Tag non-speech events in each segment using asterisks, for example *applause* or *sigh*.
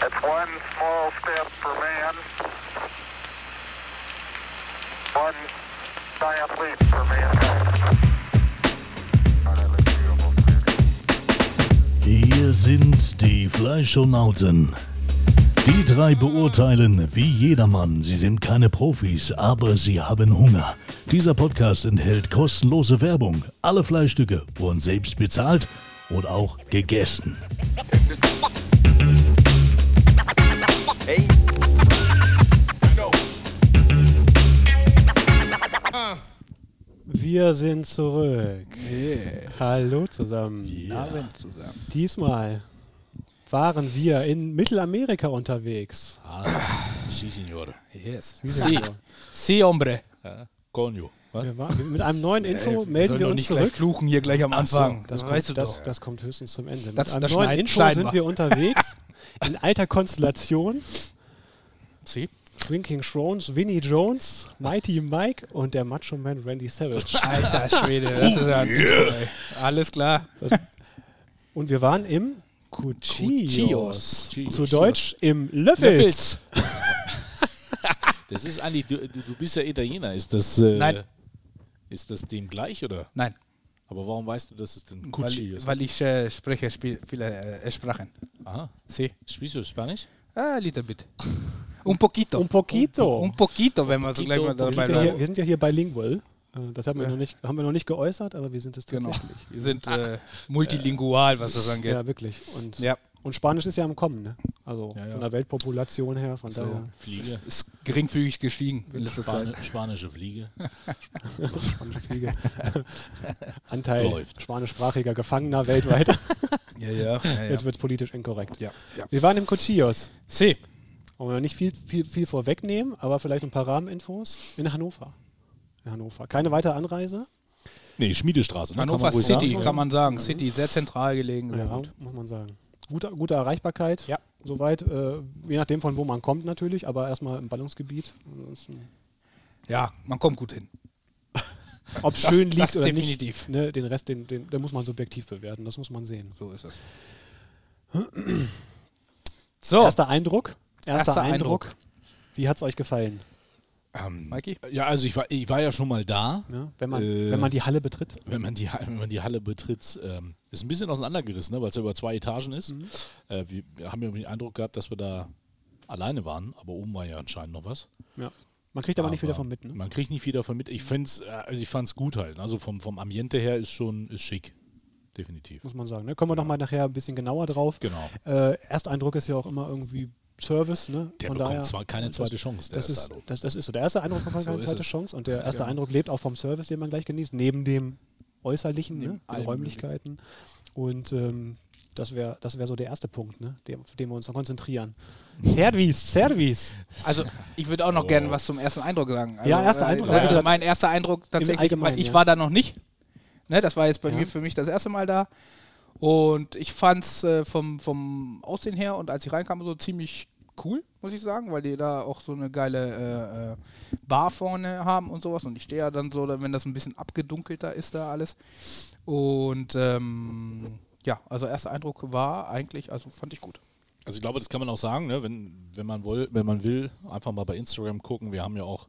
That's one small step for man, one giant leap for mankind. Hier sind die Fleischonauten. Die drei beurteilen wie jedermann. Sie sind keine Profis, aber sie haben Hunger. Dieser Podcast enthält kostenlose Werbung. Alle Fleischstücke wurden selbst bezahlt und auch gegessen. Wir sind zurück. Hallo zusammen. Abend zusammen. Diesmal waren wir in Mittelamerika unterwegs. Si, Signore. Yes. Si. Si, hombre. Conjo. Was? Wir waren, mit einem neuen Info melden Äh, sollen wir doch uns nicht zurück. gleich fluchen hier gleich am Anfang. Das, das kommt, weißt du das, doch. das kommt höchstens zum Ende. Mit Das- einem das neuen schneiden- Info schneiden sind wir. wir *laughs* unterwegs. In alter Konstellation. Si. Drinking Thrones, Vinnie Jones, Mighty Mike und der Macho Man Randy *laughs* Savage. Alter Schwede, das ist ja ein Intro, ey. Alles klar. Und wir waren im Cuchillos. Cuchillos. Cuchillos. Zu Deutsch im Löffels. Das ist eigentlich, du, du du bist ja Italiener. Ist das, äh, Nein. Ist das dem gleich oder? Nein, Aber warum weißt du, dass es denn Cuchillo weil, ist? weil ich äh, spreche spiel, viele äh, Sprachen. Aha. Sie? Spielst du Spanisch? Ah, little bit. Un poquito. Un Um poquito. Un poquito, wenn wir so poquito, gleich mal un poquito. Wir sind, ja dabei hier, bleiben. wir sind ja hier bilingual. Äh, Das haben wir, Ja. noch nicht, haben wir noch nicht geäußert, aber wir sind es Genau. tatsächlich. Wir sind äh, multilingual, was das angeht. Ja, wirklich. Und, Ja. und Spanisch ist ja am Kommen, ne? Also Ja, ja. von der Weltpopulation her, von daher. Fliege. Ist geringfügig gestiegen in letzter Zeit. Spani spanische Fliege. spanische *laughs* Fliege. Anteil Läuft. spanischsprachiger Gefangener weltweit. Ja, ja. ja, ja. Jetzt wird es politisch inkorrekt. ja, ja. Wir waren im Cochillos. Sie. Wollen wir nicht viel, viel, viel vorwegnehmen, aber vielleicht ein paar Rahmeninfos. In Hannover. In Hannover. Keine weitere Anreise. *laughs* Nee, Schmiedestraße. Ne? Hannover Kann man City, ruhig kann man sagen. City, sehr zentral gelegen. Sehr Ja, gut. muss man sagen. Gute, gute Erreichbarkeit. Ja. Soweit, äh, je nachdem von wo man kommt natürlich, aber erstmal im Ballungsgebiet. Ansonsten, ja, man kommt gut hin. Ob es Das- schön liegt das oder nicht, definitiv. ne, den Rest, den, den, den muss man subjektiv bewerten, das muss man sehen. So ist es. So, Erster Eindruck? Erster, Erster Eindruck. Wie hat es euch gefallen? sagen. Mikey? Ähm, ja, also ich war, ich war ja schon mal da. Ne? Wenn, man, Äh. wenn man die Halle betritt? wenn man die, *laughs* wenn man die Halle betritt, ähm, ist ein bisschen auseinandergerissen, ne, weil es ja über zwei Etagen ist. Mhm. Äh, wir, wir haben ja den Eindruck gehabt, dass wir da alleine waren, aber oben war ja anscheinend noch was. Ja. Man kriegt aber, nicht viel davon mit. Ne? Man kriegt nicht viel davon mit. Ich find's, äh, also ich fand's gut halt. Also vom, vom Ambiente her ist schon ist schick. Definitiv. Muss man sagen. Ne? Kommen wir nochmal nachher ein bisschen genauer drauf. Genau. Äh, Ersteindruck ist ja auch immer irgendwie Service. Ne? Der bekommt zwar keine zweite Chance, der Das erste ist, Eindruck. das, das ist so. Der erste *laughs* Eindruck bekommt So keine ist zweite es. genau. Chance und der erste Eindruck lebt auch vom Service, den man gleich genießt, neben dem äußerlichen, ne? den allem. Räumlichkeiten. Und ähm, das wäre das wär so der erste Punkt, ne? der, auf den wir uns noch *laughs* konzentrieren. Service, Service. Also, ich würde Oh. auch noch gerne was zum ersten Eindruck sagen. Also, Ja, erster Eindruck, Also wie gesagt, mein erster Eindruck tatsächlich, Allgemeinen, weil ich ja. war da noch nicht. Ne, das war jetzt bei Ja. mir für mich das erste Mal da. Und ich fand es äh, vom, vom Aussehen her und als ich reinkam, so ziemlich cool, muss ich sagen, weil die da auch so eine geile äh, äh, Bar vorne haben und sowas. Und ich stehe ja dann so, wenn das ein bisschen abgedunkelter ist, da alles. Und ähm, ja, also erster Eindruck war eigentlich, also fand ich gut. Also ich glaube, das kann man auch sagen, ne? wenn, wenn, man will, wenn man will, einfach mal bei Instagram gucken. Wir haben ja auch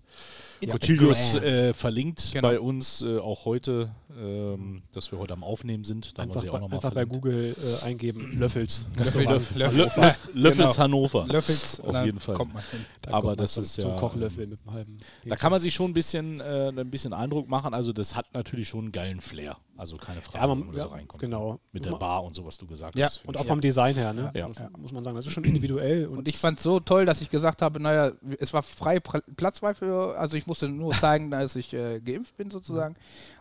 Cotillos äh, verlinkt Genau. bei uns, äh, auch heute, ähm, dass wir heute am Aufnehmen sind. Da haben wir Einfach, sie auch bei, noch mal einfach bei verlinkt. Google äh, eingeben, *clears throat* Löffels. Löffel, Löffels, Löffel, Löffel, Löffels genau. Hannover. Löffels, auf jeden Fall. Kommt man hin. Da Aber kommt man das zum, ist Zum ja, Kochlöffel mit einem halben. Da kann man sich schon ein bisschen, äh, ein bisschen Eindruck machen. Also das hat natürlich schon einen geilen Flair. Also keine Frage, Ja, man- wenn man da ja, so reinkommt. genau. Mit der Ma- Bar und so, was du gesagt Ja, hast. finde Und ich auch vom Design her, ne? Ja. Das Muss man sagen, das ist schon individuell. Und, Und ich fand es so toll, dass ich gesagt habe, naja, es war freie Pra- Platzwahl für, also ich musste nur *laughs* zeigen, dass ich äh, geimpft bin sozusagen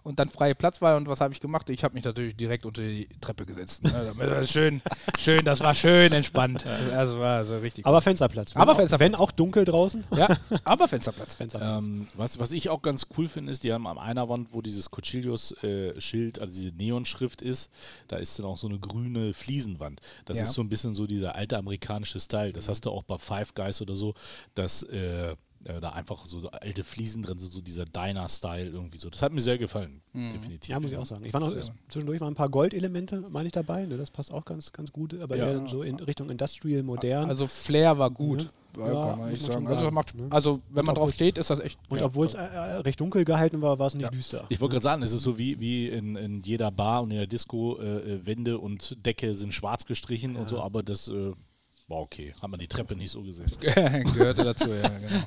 und dann freie Platzwahl und was habe ich gemacht? Ich habe mich natürlich direkt unter die Treppe *laughs* gesetzt. Ne? Damit war schön, schön, das war schön entspannt. Also war so richtig. aber Fensterplatz. Wenn Aber auch, Fensterplatz. Wenn auch dunkel draußen. ja, aber Fensterplatz. Fensterplatz. Ähm, was, was ich auch ganz cool finde, ist, die haben an einer Wand, wo dieses Cochilios-Schild, also diese Neonschrift ist, da ist dann auch so eine grüne Fliesenwand. Das Ja. Mhm. ist so ein bisschen so dieser alte amerikanische Style. Das hast du auch bei Five Guys oder so, dass äh, äh, da einfach so alte Fliesen drin sind, so dieser Diner-Style irgendwie so. Das hat mir sehr gefallen, definitiv. *laughs* Mhm. Ja, muss ich auch sagen. Ich war noch, Zwischendurch waren ein paar Goldelemente, meine ich, dabei. Ne? Das passt auch ganz, ganz gut, aber Ja. eher dann so in Richtung Industrial, modern. Also Flair war gut. Ja, kann man muss echt man schon sagen. Also, sagen, macht, ne? also wenn man drauf obwohl- steht, ist das echt. und ja. obwohl es äh, äh, recht dunkel gehalten war, war es nicht düster. Ich wollte gerade sagen, es ist so wie, wie in, in jeder Bar und in der Disco, äh, äh, Wände und Decke sind schwarz gestrichen und so, aber das äh, war okay. Hat man die Treppe nicht so gesehen. *laughs* Gehörte dazu, ja, *laughs* genau.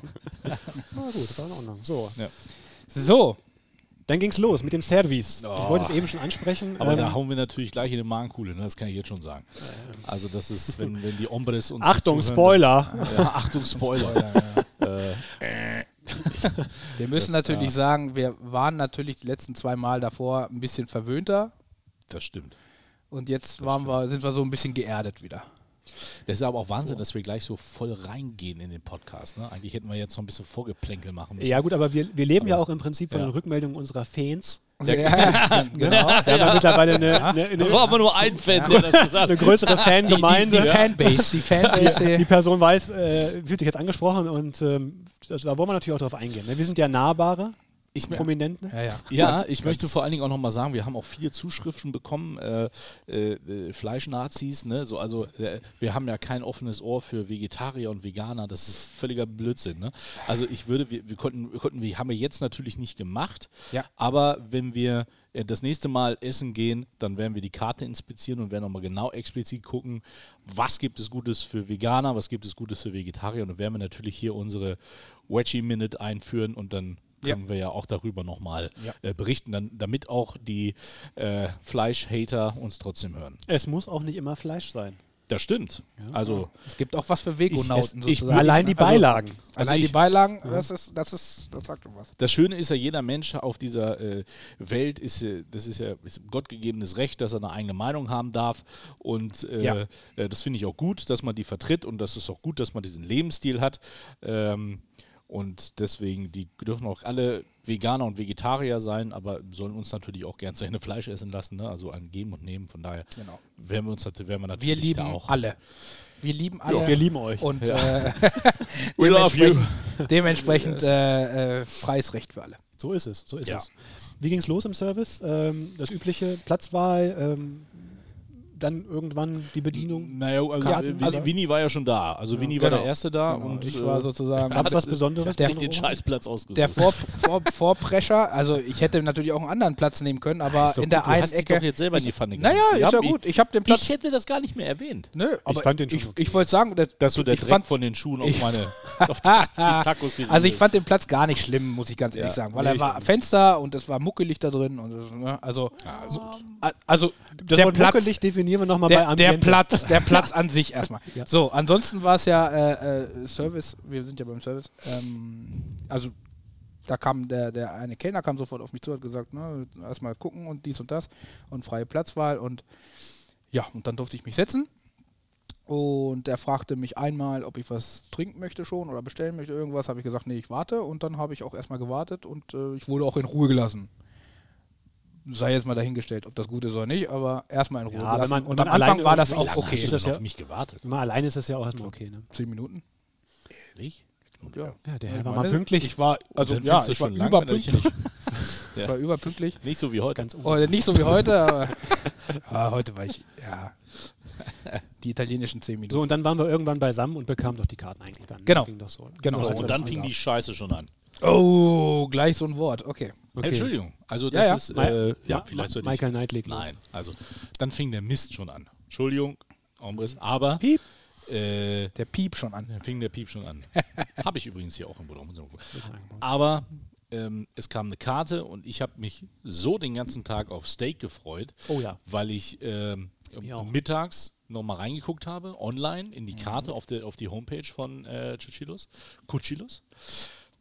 Na gut, war in Ordnung. So, So, dann ging's los mit dem Service. Oh. Ich wollte es eben schon ansprechen. Aber ähm, da hauen wir natürlich gleich in den Magenkuhle, ne? das kann ich jetzt schon sagen. Also das ist, wenn, wenn die Ombres uns ne? Achtung, zuhören, Spoiler! dann- Ja, Achtung, Spoiler. äh, wir müssen Das, natürlich äh, sagen, wir waren natürlich die letzten zwei Mal davor ein bisschen verwöhnter das stimmt. und jetzt waren wir, sind wir so ein bisschen geerdet wieder. Das ist aber auch Wahnsinn, dass wir gleich so voll reingehen in den Podcast. Ne? Eigentlich hätten wir jetzt noch ein bisschen Vorgeplänkel machen müssen. Ja, gut, aber wir, wir leben ja auch im Prinzip von ja. den Rückmeldungen unserer Fans. *laughs* Ja, ja, genau. Wir haben ja mittlerweile eine, eine, Das eine, war aber nur ein Fan, der das gesagt eine hat. größere Die, die, Fangemeinde. die Fanbase, die Fanbase. die Person weiß, äh, fühlt sich jetzt angesprochen und ähm, das, da wollen wir natürlich auch drauf eingehen. Ne? Wir sind ja nahbare Ich mein- Prominenten. ja, ja. Ja, ich möchte vor allen Dingen auch nochmal sagen, wir haben auch viele Zuschriften bekommen, äh, äh, äh, Fleischnazis, ne? So, also äh, wir haben ja kein offenes Ohr für Vegetarier und Veganer, das ist völliger Blödsinn, ne? Also ich würde, wir, wir konnten, wir konnten, wir haben wir jetzt natürlich nicht gemacht, Ja. aber wenn wir äh, das nächste Mal essen gehen, dann werden wir die Karte inspizieren und werden nochmal genau explizit gucken, was gibt es Gutes für Veganer, was gibt es Gutes für Vegetarier und dann werden wir natürlich hier unsere Wedgie Minute einführen und dann Ja. können wir ja auch darüber nochmal Ja. äh, berichten, dann, damit auch die äh, Fleischhater uns trotzdem hören. Es muss auch nicht immer Fleisch sein. Das stimmt. Also, Es gibt auch was für Vegonauten Ich- ich- sozusagen. Also Allein die Beilagen. also Allein ich, die Beilagen, das ist, das ist, das sagt schon was. Das Schöne ist ja, jeder Mensch auf dieser äh, Welt ist, äh, das ist ja ist ein gottgegebenes Recht, dass er eine eigene Meinung haben darf. Und äh, Ja. äh, das finde ich auch gut, dass man die vertritt und das ist auch gut, dass man diesen Lebensstil hat. Ähm, und deswegen, die dürfen auch alle Veganer und Vegetarier sein, aber sollen uns natürlich auch gern seine Fleisch essen lassen, ne? also an Geben und Nehmen. Von daher Genau. werden wir uns natürlich, werden wir Wir natürlich lieben da auch. alle. Wir lieben alle. Wir lieben euch. Und äh, *laughs* *laughs* We love you. *laughs* dementsprechend, dementsprechend äh, äh, freies Recht für alle. So ist es, so ist Ja. es. Wie ging es los im Service? Ähm, das übliche Platzwahl, ähm, dann irgendwann die Bedienung. Naja, also, Karten- äh, Vin- also- Vinny war ja schon da. Also Vinny war genau. der Erste da Genau. und ich äh, war *laughs* sozusagen Gab es was Besonderes? der der sich den Scheißplatz ausgesucht. der Vor Vor Vorprescher. Also ich hätte natürlich auch einen anderen Platz nehmen können, *laughs* aber Ist doch in der gut, du einen hast dich Ecke. doch jetzt selber in die Pfanne naja, gehauen. ist Ich hab- ja gut. Ich habe den Platz. Ich hätte das gar nicht mehr erwähnt. Nö, aber fand den schon ich, okay. ich wollte sagen, der, Dass du der ich Dreck fand, von den Schuhen auf Ich- meine *laughs* auf die, die *laughs* Tacos gerieben Also ich ist. fand den Platz gar nicht schlimm, muss ich ganz ehrlich Ja. sagen, weil Nee, er ich war Fenster und es war muckelig da drin und das, ne, also also, a- also Das der Wort Platz muckelig definieren wir nochmal bei der, der Ambiente. Platz, der Platz an sich erstmal. Ja. So, ansonsten war es ja äh, äh, Service, wir sind ja beim Service. Ähm, also da kam der, der eine Kellner kam sofort auf mich zu, hat gesagt, ne, erstmal gucken und dies und das und freie Platzwahl und ja, und dann durfte ich mich setzen. Und er fragte mich einmal, ob ich was trinken möchte schon oder bestellen möchte irgendwas. Habe ich gesagt, nee, ich warte. Und dann habe ich auch erstmal gewartet und äh, ich wurde auch in Ruhe gelassen. Sei jetzt mal dahingestellt, ob das gut ist oder nicht, aber erstmal in Ruhe Ja, wenn gelassen. man- und wenn am man Anfang alleine war das irgendwie auch Wie lange okay. hast Ist du das denn ja- auf mich gewartet? Wenn man alleine ist, ist das ja auch erstmal okay. Ne? Zehn Minuten. Ehrlich? Ja. Ja, der Ich Herr war mal meine, pünktlich. Ich war, also Dann ja, findest du ich war schon lang, wenn du überpünktlich. dich Ich war überpünktlich. Nicht so wie heute. Ganz oben. Oh, nicht so wie *laughs* heute, aber ah, heute war ich, ja. Die italienischen zehn Minuten. So, und dann waren wir irgendwann beisammen und bekamen doch die Karten eigentlich dann. ne? Genau. Ging doch so. Also, Genau. Ging doch So, als und wir Also dann das fing angaben. die Scheiße schon an. Oh, gleich so ein Wort. Okay. Entschuldigung. Also Ja, das ja. ist Ma- äh, ja Ma- vielleicht sollte Michael ich, Knight legt los. Nein, also dann fing der Mist schon an. Entschuldigung, Ombres, aber Piep. Äh, Der Piep schon an. Dann fing der Piep *laughs* schon an. Habe ich übrigens hier auch im Wohnraum. Aber ähm, es kam eine Karte und ich habe mich so den ganzen Tag auf Steak gefreut, Oh ja. weil ich ähm, Mir auch. Mhm. mittags nochmal reingeguckt habe, online, in die Karte auf, der, auf die Homepage von äh, Chuchilos, Cuchillos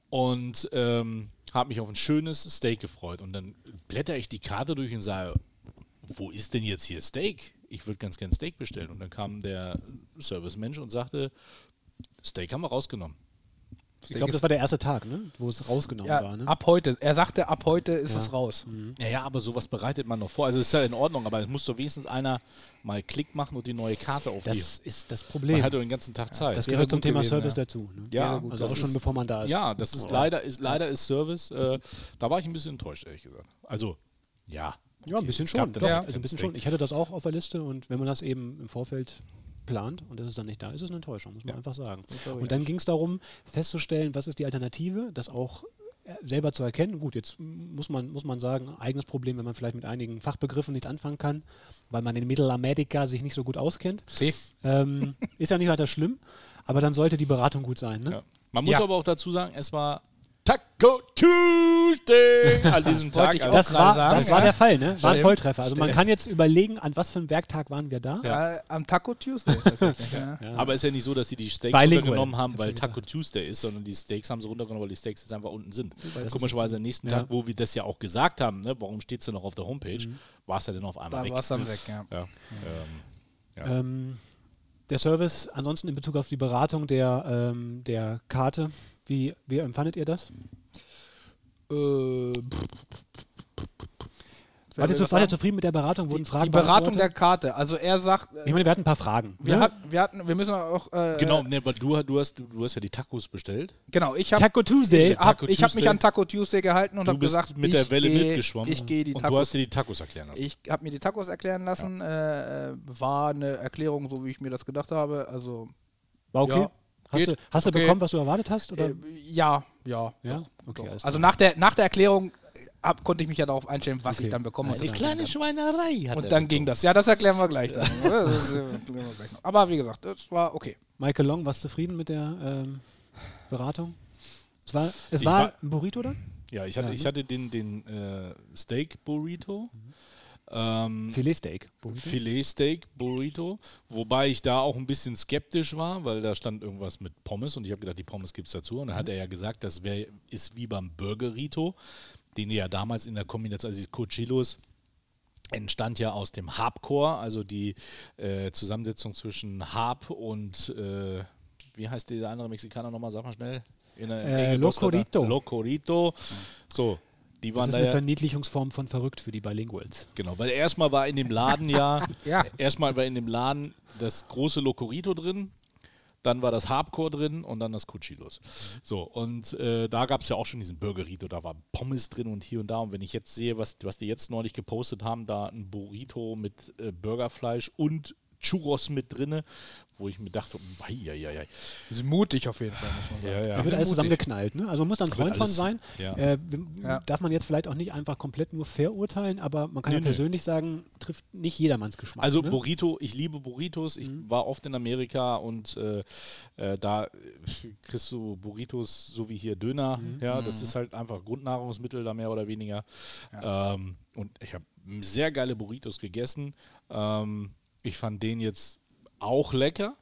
und ähm, habe mich auf ein schönes Steak gefreut. Und dann blätter ich die Karte durch und sage, wo ist denn jetzt hier Steak? Ich würde ganz gern Steak bestellen. Und dann kam der Servicemensch und sagte, Steak haben wir rausgenommen. Ich glaube, das war der erste Tag, ne? wo es rausgenommen ja, war. Ne? ab heute. Er sagte, ab heute ist Ja. es raus. Mhm. Naja, aber sowas bereitet man noch vor. Also ist ja in Ordnung, aber es muss doch wenigstens einer mal Klick machen und die neue Karte auf das ist das die. Man Problem. hat doch den ganzen Tag Zeit. das wäre gehört zum gut Thema gewesen, Service ja. dazu. Ne? Ja, Wäre gut, also das auch schon ist- bevor man da ist. ja, das ist leider, ist leider ist Service. Äh, da war ich ein bisschen enttäuscht, ehrlich gesagt. Also, ja. Ja, ein bisschen Es gab schon. dann Doch, auch also kein ein bisschen Steak. schon. Ich hatte das auch auf der Liste und wenn man das eben im Vorfeld plant und es ist dann nicht da, ist es eine Enttäuschung, muss man Ja. einfach sagen. glaube ich Und dann ging es darum, festzustellen, was ist die Alternative, das auch äh, selber zu erkennen. Gut, jetzt m- muss man, muss man sagen, eigenes Problem, wenn man vielleicht mit einigen Fachbegriffen nichts anfangen kann, weil man in Mittelamerika sich nicht so gut auskennt. See? *laughs* Ähm, ist ja nicht weiter schlimm, aber dann sollte die Beratung gut sein. Ne? Ja. Man muss Ja. aber auch dazu sagen, es war Taco *laughs* Tuesday an diesem Tag. Wollte ich also- auch Das, war, sagen, das war ja. der Fall, ne? War ein Stimmt. Volltreffer. Also man kann jetzt überlegen, an was für einem Werktag waren wir da. Ja. am Taco Tuesday. *laughs* tatsächlich, ja. Aber ist ja nicht so, dass sie die Steaks Bilingual. runtergenommen haben, weil Taco Tuesday ist, sondern die Steaks haben sie runtergenommen, weil die Steaks jetzt einfach unten sind. Komischerweise am nächsten Ja. Mhm. Tag, wo wir das ja auch gesagt haben, ne, warum steht es denn noch auf der Homepage, war es ja dann auf einmal Da weg. war es dann weg, ja. Ja. Äh, Ähm, Ähm, der Service, ansonsten in Bezug auf die Beratung der, ähm, der Karte, wie, wie empfandet ihr das? Äh, Wart ihr, wir zu, das wart ihr haben? zufrieden mit der Beratung? Wurden Fragen die Beratung der beantwortet? Karte. Also er sagt, äh, Ich meine, wir hatten ein paar Fragen. wir, ne? hatten, wir hatten, wir müssen auch. Äh, genau, ne, weil du, du, hast, du hast ja die Tacos bestellt. Genau, ich habe Taco Tuesday. ich hab, Taco ich hab mich Tuesday. an Taco Tuesday gehalten und Du habe bist gesagt, mit der ich Welle geh- mitgeschwommen Ich gehe die und du hast Tacos. dir die Tacos erklären lassen. Ich habe mir die Tacos erklären lassen. Äh, äh, war eine Erklärung, so wie ich mir das gedacht habe. Also War okay. Ja, hast geht. du, hast Okay. du bekommen, was du erwartet hast? Oder? äh, ja, ja, Ja? Doch, Okay, doch. alles Also nach der nach der Erklärung hab, konnte ich mich ja darauf einstellen, was Okay. ich dann bekomme. Alles Und klar. dann- Schweinerei hat Und dann ging das. Ja, das erklären wir gleich dann. *laughs* Das ist, äh, erklären wir gleich noch. Aber wie gesagt, das war okay. Michael Long, warst du zufrieden mit der ähm, Beratung? Es war, es Ich war, war- ein Burrito dann? Ja, ich hatte, Ja, ich ne? hatte den, den äh, Steak Burrito. Mhm. Ähm, Filetsteak. Filetsteak Burrito, wobei ich da auch ein bisschen skeptisch war, weil da stand irgendwas mit Pommes und ich habe gedacht, die Pommes gibt es dazu. Und dann Mhm. hat er ja gesagt, das wär, ist wie beim Burgerito, den die ja damals in der Kombination, also die Cochilos, entstand ja aus dem Harpcore, also die äh, Zusammensetzung zwischen Harp und, äh, wie heißt der andere Mexikaner nochmal, sag mal schnell? In der Äh, Regel- Locorito. Mhm. Locorito. So, die Das waren ist da eine ja, Verniedlichungsform von verrückt für die Bilinguals. Genau, weil erstmal war in dem Laden ja, Ja. erstmal war in dem Laden das große Locorito drin, dann war das Hardcore drin und dann das Cuchillos. So, und äh, da gab es ja auch schon diesen Burgerito, da war Pommes drin und hier und da. Und wenn ich jetzt sehe, was, was die jetzt neulich gepostet haben, da ein Burrito mit äh, Burgerfleisch und Churros mit drinne, wo ich mir dachte, hm, mei, ja, ja, ja. Ist mutig auf jeden Fall, muss man sagen. Da wird alles mutig. zusammengeknallt. Ne? Also man muss da ein Freund von alles- sein. ja. Äh, w- Ja. Darf man jetzt vielleicht auch nicht einfach komplett nur verurteilen, aber man kann Nee, ja nee. persönlich sagen, trifft nicht jedermanns Geschmack. Also ne? Burrito, ich liebe Burritos. Ich war oft in Amerika und äh, äh, da äh, kriegst du Burritos so wie hier Döner. Ja, Mhm. das ist halt einfach Grundnahrungsmittel da mehr oder weniger. Ähm, und ich habe sehr geile Burritos gegessen. Ähm, ich fand den jetzt auch lecker.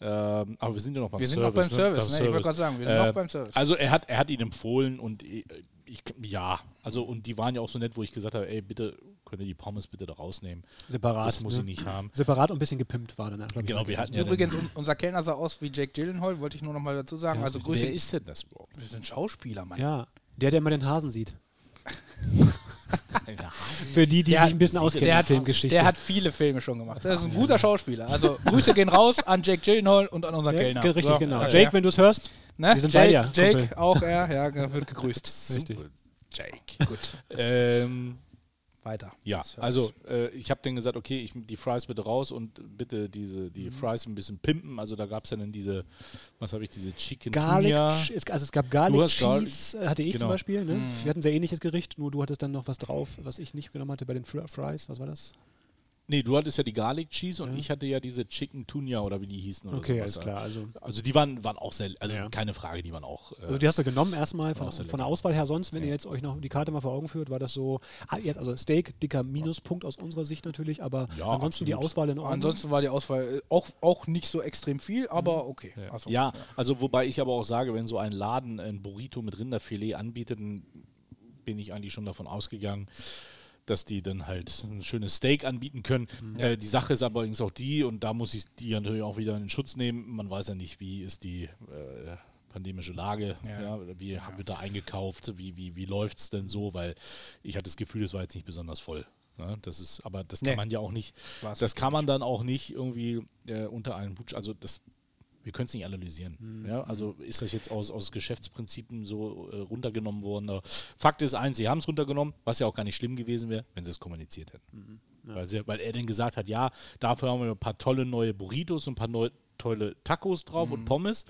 Ähm, aber wir sind ja noch beim Wir sind Service. noch beim Service, ne? Ich wollte Service. gerade sagen, wir sind noch beim Service. Also er hat, er hat ihn empfohlen und ich, ich, ja, also und die waren ja auch so nett, wo ich gesagt habe, ey, bitte könnt ihr die Pommes bitte da rausnehmen. separat. Das muss ne? ich nicht haben. Separat und ein bisschen gepimpt war dann. glaub ich, Genau, wir hatten ja Übrigens, un- unser Kellner sah aus wie Jake Gyllenhaal, wollte ich nur noch mal dazu sagen. also Grüße. Grüße. Wer ist denn das, Bro? wir sind Schauspieler, Mann. ne? Ja, der, der immer den Hasen sieht. *laughs* Alter, Für die, die Der sich ein bisschen hat- auskennen Der in hat, Filmgeschichte. der hat viele Filme schon gemacht. Das ist ein guter Schauspieler. *laughs* Also Grüße gehen raus an Jake Gyllenhaal und an unseren ja, Kellner. ge- richtig, So, genau. ja, Jake, ja. wenn du es hörst, ne? wir sind bei Jake, dir, Jake Kumpel. auch er, ja, ge- wird gegrüßt. Richtig. Richtig. Jake. Gut. Ähm, Weiter. ja, Service. also äh, ich habe dann gesagt, okay, ich, die Fries bitte raus und bitte diese die Fries ein bisschen pimpen. Also da gab es ja dann diese, was habe ich, diese Chicken Garlic, Tunia. Ch- es- also es gab Garlic Du hast Gar- Cheese, äh, hatte ich Genau. zum Beispiel. Ne? Wir hatten ein sehr ähnliches Gericht, nur du hattest dann noch was drauf, was ich nicht genommen hatte bei den Fr Fries. Was war das? Nee, du hattest ja die Garlic Cheese und ich hatte ja diese Chicken Tunia oder wie die hießen. Oder Okay, sowas. alles klar. Also Also die waren, waren auch sehr, also Ja. keine Frage, die waren auch. Äh, Also die hast du genommen erstmal von, Auch sehr von der Auswahl her. Sonst, wenn ihr jetzt euch noch die Karte mal vor Augen führt, war das so, ah, jetzt, also Steak, dicker Minuspunkt aus unserer Sicht natürlich, aber Ja, ansonsten die absolut. Auswahl in Ordnung. Ansonsten war die Auswahl äh, auch, auch nicht so extrem viel, aber okay. Ach so. Mhm. ja, also wobei ich aber auch sage, wenn so ein Laden ein Burrito mit Rinderfilet anbietet, dann bin ich eigentlich schon davon ausgegangen, dass die dann halt ein schönes Steak anbieten können. Mhm. Äh, die Sache ist aber übrigens auch die, und da muss ich die natürlich auch wieder in Schutz nehmen, man weiß ja nicht, wie ist die äh, pandemische Lage, Ja. ja. wie haben wir da eingekauft, wie, wie, wie läuft es denn so, weil ich hatte das Gefühl, es war jetzt nicht besonders voll. Ne? Das ist, aber das kann Nee. man ja auch nicht, War's das kann man dann auch nicht irgendwie äh, unter einen Hut, also das, wir können es nicht analysieren. Hm. Ja, also ist das jetzt aus, aus Geschäftsprinzipien so äh, runtergenommen worden? Aber Fakt ist eins, sie haben es runtergenommen, was ja auch gar nicht schlimm gewesen wäre, wenn sie es kommuniziert hätten. Mhm. Weil, sie, weil er dann gesagt hat, ja, dafür haben wir ein paar tolle neue Burritos und ein paar neu, tolle Tacos drauf Mhm. und Pommes.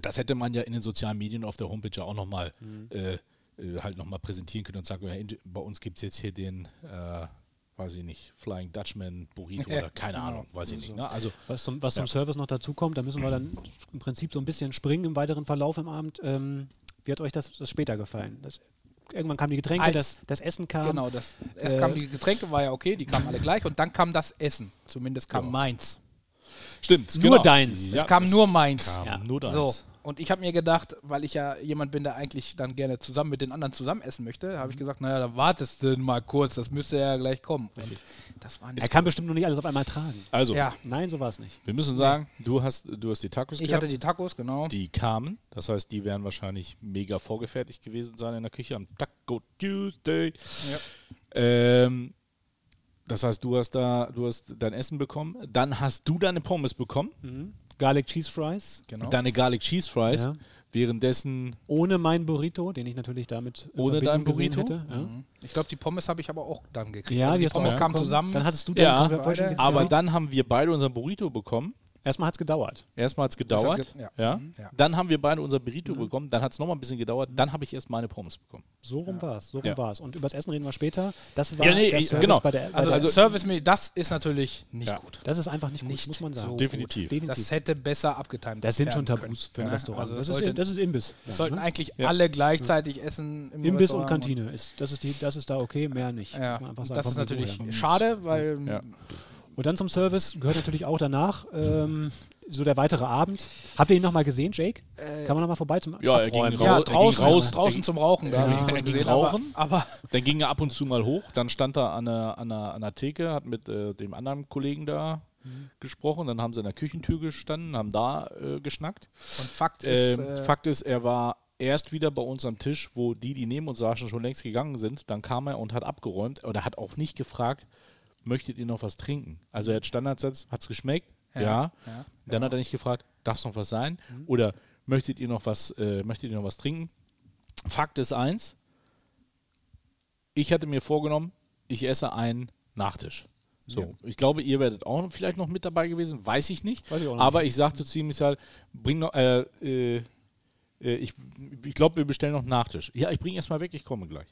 Das hätte man ja in den sozialen Medien auf der Homepage ja auch nochmal Mhm. äh, äh, halt nochmal präsentieren können und sagen, ja, in- bei uns gibt es jetzt hier den, äh, weiß ich nicht, Flying Dutchman Burrito Ja, oder keine genau. Ahnung, weiß ich nicht. Ne? Also Was zum, was zum Ja. Service noch dazu kommt, da müssen wir dann im Prinzip so ein bisschen springen im weiteren Verlauf im Abend. Ähm, wie hat euch das, das später gefallen? Das, irgendwann kamen die Getränke, Als- das, das Essen kam. Genau, das es Äh, kam die Getränke war ja okay, die kamen alle gleich und dann kam das Essen. Zumindest kam meins. stimmt. genau. Nur deins. Ja, es kam nur meins. kam Ja. nur deins. So, und ich habe mir gedacht, weil ich ja jemand bin, der eigentlich dann gerne zusammen mit den anderen zusammen essen möchte, Mhm. habe ich gesagt, naja, dann wartest du mal kurz, das müsste ja gleich kommen. Und das war Er nicht. kann bestimmt noch nicht alles auf einmal tragen. Also, Ja, Nein, so war es nicht. wir müssen sagen, du hast, du hast die Tacos ich gehabt. hatte die Tacos, genau. die kamen. Das heißt, die wären wahrscheinlich mega vorgefertigt gewesen sein in der Küche am Taco Tuesday. Ähm, das heißt, du hast da, du hast dein Essen bekommen, dann hast du deine Pommes bekommen, Garlic Cheese Fries Mhm. genau. deine Garlic Cheese Fries, Ja. währenddessen ohne mein Burrito, den ich natürlich damit in Ohne Verbindung dein gesehen Burrito? Hätte. Ja, Ich glaube, die Pommes habe ich aber auch dann gekriegt. ja die Also Mhm. die hast du Pommes auch kamen bekommen. zusammen. Dann hattest du deinen Ja, Konver- vollständigen aber Burrito. dann haben wir beide unseren Burrito bekommen. erstmal hat es gedauert. Erstmal hat es hat gedauert. ge- ja. ja. Mhm. Ja. Mhm. Dann haben wir beide unser Burrito bekommen. Dann hat es nochmal ein bisschen gedauert. Dann habe ich erst meine Pommes bekommen. So rum war es, so rum Ja. war es. Und über das Essen reden wir später. Das war Ja, nee, der ich- Service genau. bei der, bei also, der also- also Service Meal, das ist natürlich nicht Ja. gut. das ist einfach nicht gut, Nicht muss man sagen. so Definitiv. Definitiv. Das hätte besser abgetimt. Das sind schon werden Tabus für ein ne? Restaurant. Also das, das sollte- ist, das ist Imbiss. können. Sollten ne? eigentlich Ja. alle gleichzeitig essen im Imbiss und Restaurant Kantine. Ist, das, ist die, das ist da okay, mehr nicht. Ja, muss man einfach und sagen, das vom ist Niveau natürlich her. schade, weil Ja. Und dann zum Service gehört natürlich auch danach ähm, so der weitere Abend. Habt ihr ihn nochmal gesehen, Jake? Kann man nochmal vorbei zum Ja, er ging Abräumen? Rau- Äh, ja, er ging draußen, raus, er draußen ging- zum Rauchen. Da Ja, habe ich er kurz ging gesehen, rauchen. Aber, aber Dann ging er ab und zu mal hoch, dann stand er an der, an der, an der Theke, hat mit äh, dem anderen Kollegen da Mhm. gesprochen, dann haben sie in der Küchentür gestanden, haben da äh, geschnackt. und Fakt ist, Ähm, äh, Fakt ist, er war erst wieder bei uns am Tisch, wo die, die neben uns saßen, schon längst gegangen sind. Dann kam er und hat abgeräumt oder hat auch nicht gefragt, möchtet ihr noch was trinken? Also er hat Standardsatz, hat's geschmeckt? Ja. ja, Mhm. dann hat er nicht gefragt, darf noch was sein? Oder möchtet ihr noch was, äh, möchtet ihr noch was trinken? Fakt ist eins, ich hatte mir vorgenommen, ich esse einen Nachtisch. So, ich glaube, ihr werdet auch vielleicht noch mit dabei gewesen, weiß ich nicht. Weiß ich auch noch aber ich sagte zu ihm, ich sag, bring noch, äh, äh, äh, ich, ich glaube, wir bestellen noch einen Nachtisch. Ja, ich bringe erstmal weg, ich komme gleich.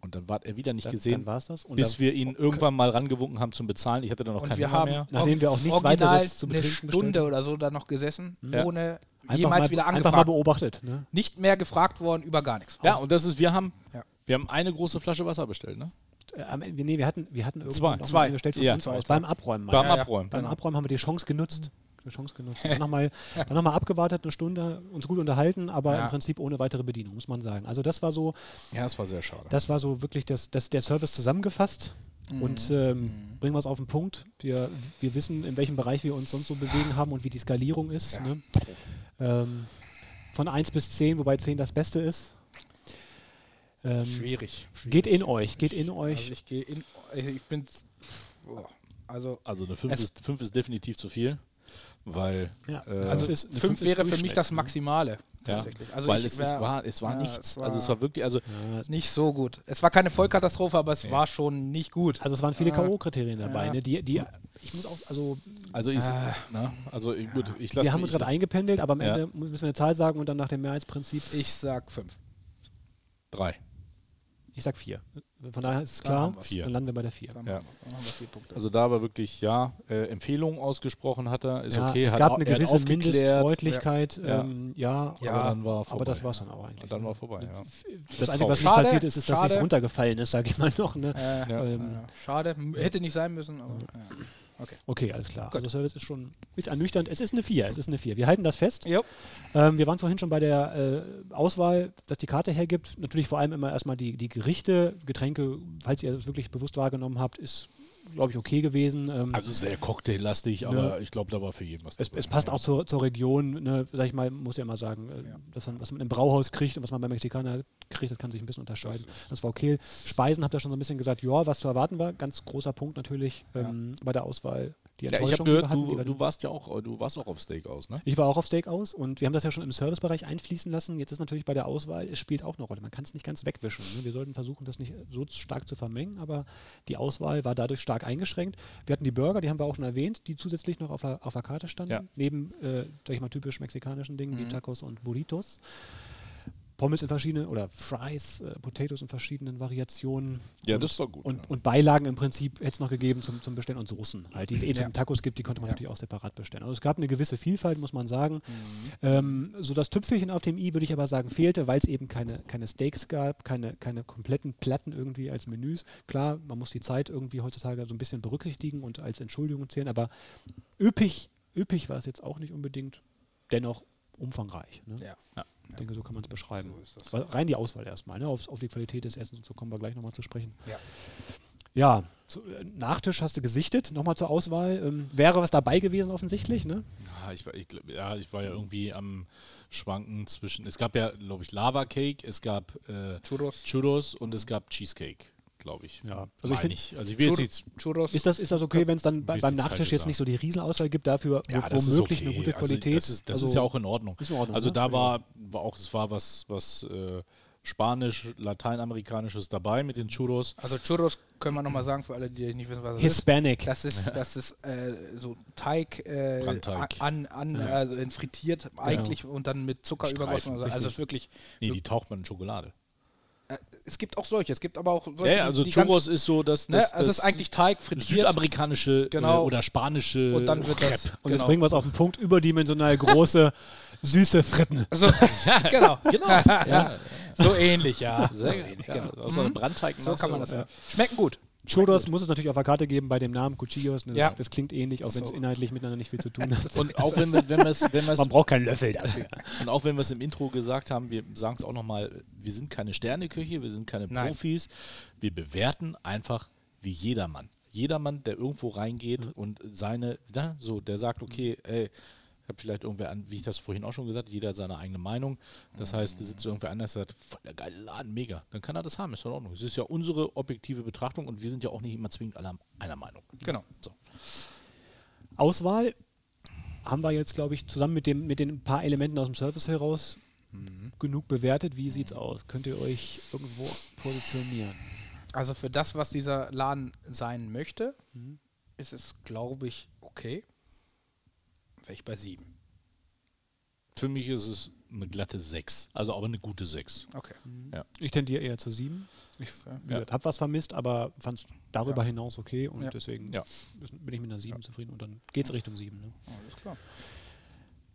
Und dann war er wieder nicht Dann- gesehen, dann war's das. Und bis dann- wir ihn irgendwann mal rangewunken haben zum Bezahlen. Ich hatte dann noch und keinen wir Hunger haben mehr. Nachdem wir auch nichts original weiteres zu eine betrinken Stunde bestellt oder so da noch gesessen, Ja. ohne Einfach jemals mal, wieder Einfach mal angefragt. beobachtet. Ne? Nicht mehr gefragt worden über gar nichts. Ja, und das ist, wir haben, Ja. wir haben eine große Flasche Wasser bestellt, ne? Äh, am Ende- nee, wir hatten, wir hatten irgendwann Zwei. noch mal Zwei. eine bestellt von Ja. uns Zwei, aus. Beim Abräumen. mal. Beim ja, Mhm. Abräumen. genau. Beim Abräumen haben wir die Chance genutzt. Die Chance *laughs* genutzt. Dann nochmal noch mal abgewartet, eine Stunde, uns gut unterhalten, aber Ja. im Prinzip ohne weitere Bedienung, muss man sagen. Also das war so, Ja, das war sehr schade. das war so wirklich das, das, der Service zusammengefasst. Und Mhm. ähm, bringen wir es auf den Punkt. Wir, wir wissen, in welchem Bereich wir uns sonst so bewegen haben und wie die Skalierung ist. Ne? Ähm, von 1 bis 10, wobei 10 das Beste ist. Ähm, Schwierig. geht in euch, geht in euch. Also ich gehe in. Ich bin. Boah. Also, also eine 5 ist, fünf ist definitiv zu viel, weil Ja, äh, also also ist- eine fünf Fünf ist wäre für mich Durchschnitt, das ne? Maximale. ja, Tatsächlich. Also weil ich es, es wär- war es war ja, nichts. es war also es war wirklich, also nicht so gut. Es war keine Vollkatastrophe, aber es war schon nicht gut. Also es waren viele Ah, K.O.-Kriterien dabei, ja. ne? die, die ich muss auch, also also ich, Ah. na, also ich, gut, ich lasse wir haben uns gerade eingependelt, aber am Ja. Ende mu- müssen wir eine Zahl sagen und dann nach dem Mehrheitsprinzip, Ich sag fünf. drei. ich sag vier. Von daher ist es Dann klar, haben wir's. Vier. dann landen wir bei der vier. Dann Ja. machen wir- dann haben wir vier Punkte. Also da war wirklich ja äh, Empfehlungen ausgesprochen hat er, ist ja, okay, es hat gab au- eine er hat gewisse aufgeklärt, Mindestfreundlichkeit, ja, Ja. ähm, ja, Ja, aber dann war aber, vorbei. aber das war es dann auch eigentlich. Und dann ne? war vorbei. Ja. Das Einzige, was nicht Schade, passiert ist, ist, dass schade. nichts runtergefallen ist, sage ich mal noch. Ne? Äh, Ja. Ähm, ja. Schade, M- hätte nicht sein müssen. Aber, ja. Okay, alles klar. Also Service ist schon ist ernüchternd. Es ist eine vier, es ist eine vier. Wir halten das fest. Jo. Ähm, wir waren vorhin schon bei der äh, Auswahl, dass die Karte hergibt. Natürlich vor allem immer erstmal die, die Gerichte, Getränke, falls ihr das wirklich bewusst wahrgenommen habt, ist glaube ich, okay gewesen. Ähm, Also sehr cocktaillastig, aber ich glaube, da war für jeden was es, dabei. es passt auch zur, zur Region, ne, sag ich mal, muss ja immer sagen, äh, dass man, was man im Brauhaus kriegt und was man beim Mexikaner kriegt, das kann sich ein bisschen unterscheiden. Das, war okay. Speisen habt ihr schon so ein bisschen gesagt, ja, was zu erwarten war, ganz großer Punkt natürlich ähm, bei der Auswahl. Die Ja, ich habe Enttäuschung, die wir gehört, hatten, die du, wir- du warst ja auch, du warst auch auf Steak aus, ne? Ich war auch auf Steak aus und wir haben das ja schon im Servicebereich einfließen lassen. Jetzt ist natürlich bei der Auswahl, es spielt auch eine Rolle. Man kann es nicht ganz wegwischen. Ne? Wir sollten versuchen, das nicht so stark zu vermengen, aber die Auswahl war dadurch stark eingeschränkt. Wir hatten die Burger, die haben wir auch schon erwähnt, die zusätzlich noch auf der, auf der Karte standen, Ja. Mhm. neben, äh, sag ich mal, typisch mexikanischen Dingen wie Tacos und Burritos. Pommes in verschiedenen oder Fries, äh, Potatoes in verschiedenen Variationen. Ja, und, das war gut, Und, ja. und Beilagen im Prinzip hätte es noch gegeben zum, zum Bestellen und Soßen. Halt, die es eh Mhm. Ja. Mhm. zum Tacos gibt, die konnte man natürlich auch separat bestellen. Also es gab eine gewisse Vielfalt, muss man sagen. Ähm, so das Tüpfelchen auf dem i würde ich aber sagen fehlte, weil es eben keine, keine Steaks gab, keine, keine kompletten Platten irgendwie als Menüs. Klar, man muss die Zeit irgendwie heutzutage so ein bisschen berücksichtigen und als Entschuldigung zählen, aber üppig, üppig war es jetzt auch nicht unbedingt, dennoch umfangreich. Ne? Ja. Ich denke, so kann man es beschreiben. ist das. Weil Rein die Auswahl erstmal. Ne? Auf, auf die Qualität des Essens und so kommen wir gleich nochmal zu sprechen. Ja. Ja, zu, äh, Nachtisch hast du gesichtet, nochmal zur Auswahl. Ähm, wäre was dabei gewesen offensichtlich, ne? Ja, Ah, ich, war- ich, glaub- ja, ich war ja irgendwie am Schwanken zwischen. Es gab ja, glaube ich, Lava Cake, es gab äh, Churros. Churros und es gab Cheesecake, glaube ich. Ja, also ich also ich find- nicht. Also ich will jetzt nicht. Churros. Ist das, ist das okay, wenn es dann bei, Willst beim jetzt Nachtisch falsche jetzt nicht so die Riesenauswahl gibt, dafür wo- das ist womöglich eine okay. gute Qualität? Also das ist, das ist ja auch in Ordnung. ist in Ordnung, also ne? da Finde war, war auch, es war was, was äh, Spanisch, Lateinamerikanisches dabei mit den Churros. also Churros können wir nochmal sagen für alle, die nicht wissen, was das ist. Hispanic. Das ist, das ist äh, so Teig, äh, Brandteig. an, an also in frittiert eigentlich und dann mit Zucker Streifen, übergossen. Also, also richtig. es ist wirklich. Nee, die taucht man in Schokolade. Äh, es gibt auch solche. Es gibt aber auch solche. Ja, ja, also die Churros ganz- ist so, dass Ne, das, also es ist eigentlich Teig frittiert. südamerikanische Genau. äh, oder spanische Und dann wird das. Crepe. Und genau. jetzt bringen wir es auf den Punkt, überdimensional große, süße Fritten. *laughs* so, *laughs* genau. Genau. ja, So ähnlich, ja. sehr ähnlich. Ja, genau. aus also einer Brandteigmasse. So kann man das oder- sagen. Schmecken gut. Churros muss es natürlich auf der Karte geben bei dem Namen Cuchillos. Ne? Das, Ja. das klingt ähnlich, auch wenn es So. inhaltlich miteinander nicht viel zu tun hat. *laughs* Und auch wenn wir, wenn wir es, wenn Also wir es, Man braucht keinen Löffel dafür. und auch wenn wir es im Intro gesagt haben, wir sagen es auch nochmal, wir sind keine Sterneküche, wir sind keine Nein. Profis, wir bewerten einfach wie jedermann. Jedermann, der irgendwo reingeht und seine, na, so, der sagt, okay, ey, ich habe vielleicht irgendwer an, wie ich das vorhin auch schon gesagt habe, jeder hat seine eigene Meinung. Das heißt, da sitzt irgendwer anders, der sagt, voll der geile Laden, mega. Dann kann er das haben, ist doch in Ordnung. Es ist ja unsere objektive Betrachtung und wir sind ja auch nicht immer zwingend aller einer Meinung. *laughs* Genau. So. Auswahl haben wir jetzt, glaube ich, zusammen mit, dem, mit den paar Elementen aus dem Service heraus genug bewertet. Wie sieht's aus? Könnt ihr euch irgendwo positionieren? Also für das, was dieser Laden sein möchte, ist es, glaube ich, okay. Wäre ich bei sieben. Für mich ist es eine glatte 6, also aber eine gute 6. Okay. Mhm. Ich tendiere eher zu sieben. Ich, Wie gesagt, hab was vermisst, aber fand es darüber hinaus okay und Ja. deswegen Ja. ist- bin ich mit einer 7 zufrieden und dann geht es Richtung 7. Ne? Alles klar.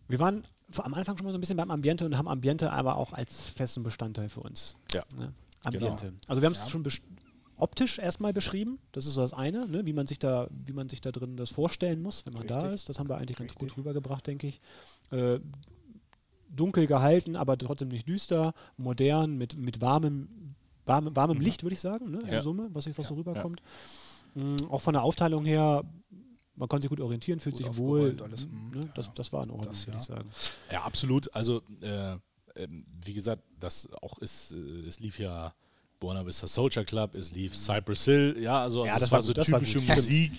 Wir waren vor- am Anfang schon mal so ein bisschen beim Ambiente und haben Ambiente aber auch als festen Bestandteil für uns. Ja. Ne? Ambiente. Genau. Also wir haben es schon besch- optisch erstmal beschrieben, das ist so das eine, ne? wie, man sich da, wie man sich da drin das vorstellen muss, wenn man da Richtig. ist. Das haben wir eigentlich ganz Richtig. gut rübergebracht, denke ich. Äh, dunkel gehalten, aber trotzdem nicht düster, modern, mit, mit warmem, warmem, Mhm. warmem Licht, würde ich sagen, ne? Ja. in Summe, was, ich, was so rüberkommt. Mm, auch von der Aufteilung her, man konnte sich gut orientieren, fühlt Gut sich wohl. aufgeräumt, alles, mm, Ne? Das, ja. das war in Ordnung, Das, würde ich ja. sagen. Ja, absolut. Also, äh, ähm, wie gesagt, das auch ist, äh, es lief ja Buena Vista Soldier Club, es lief Cypress Hill, ja, also, Ja, also das es war war so gut, das war typische gut. Musik.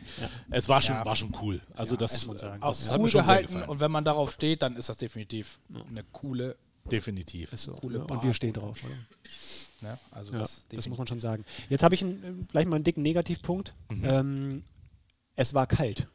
Es war schon, Ja. war schon cool. Also das, muss man sagen. äh, Auch das hat cool mir schon sehr gehalten gefallen. und wenn man darauf steht, dann ist das definitiv eine coole. Definitiv. Ist so. Coole ne? Und Bar, wir stehen drauf. Oder? Ne? Also Ja, das, das, definitiv- muss man schon sagen. Jetzt habe ich einen, ähm, gleich mal einen dicken Negativpunkt. Ähm, es war kalt.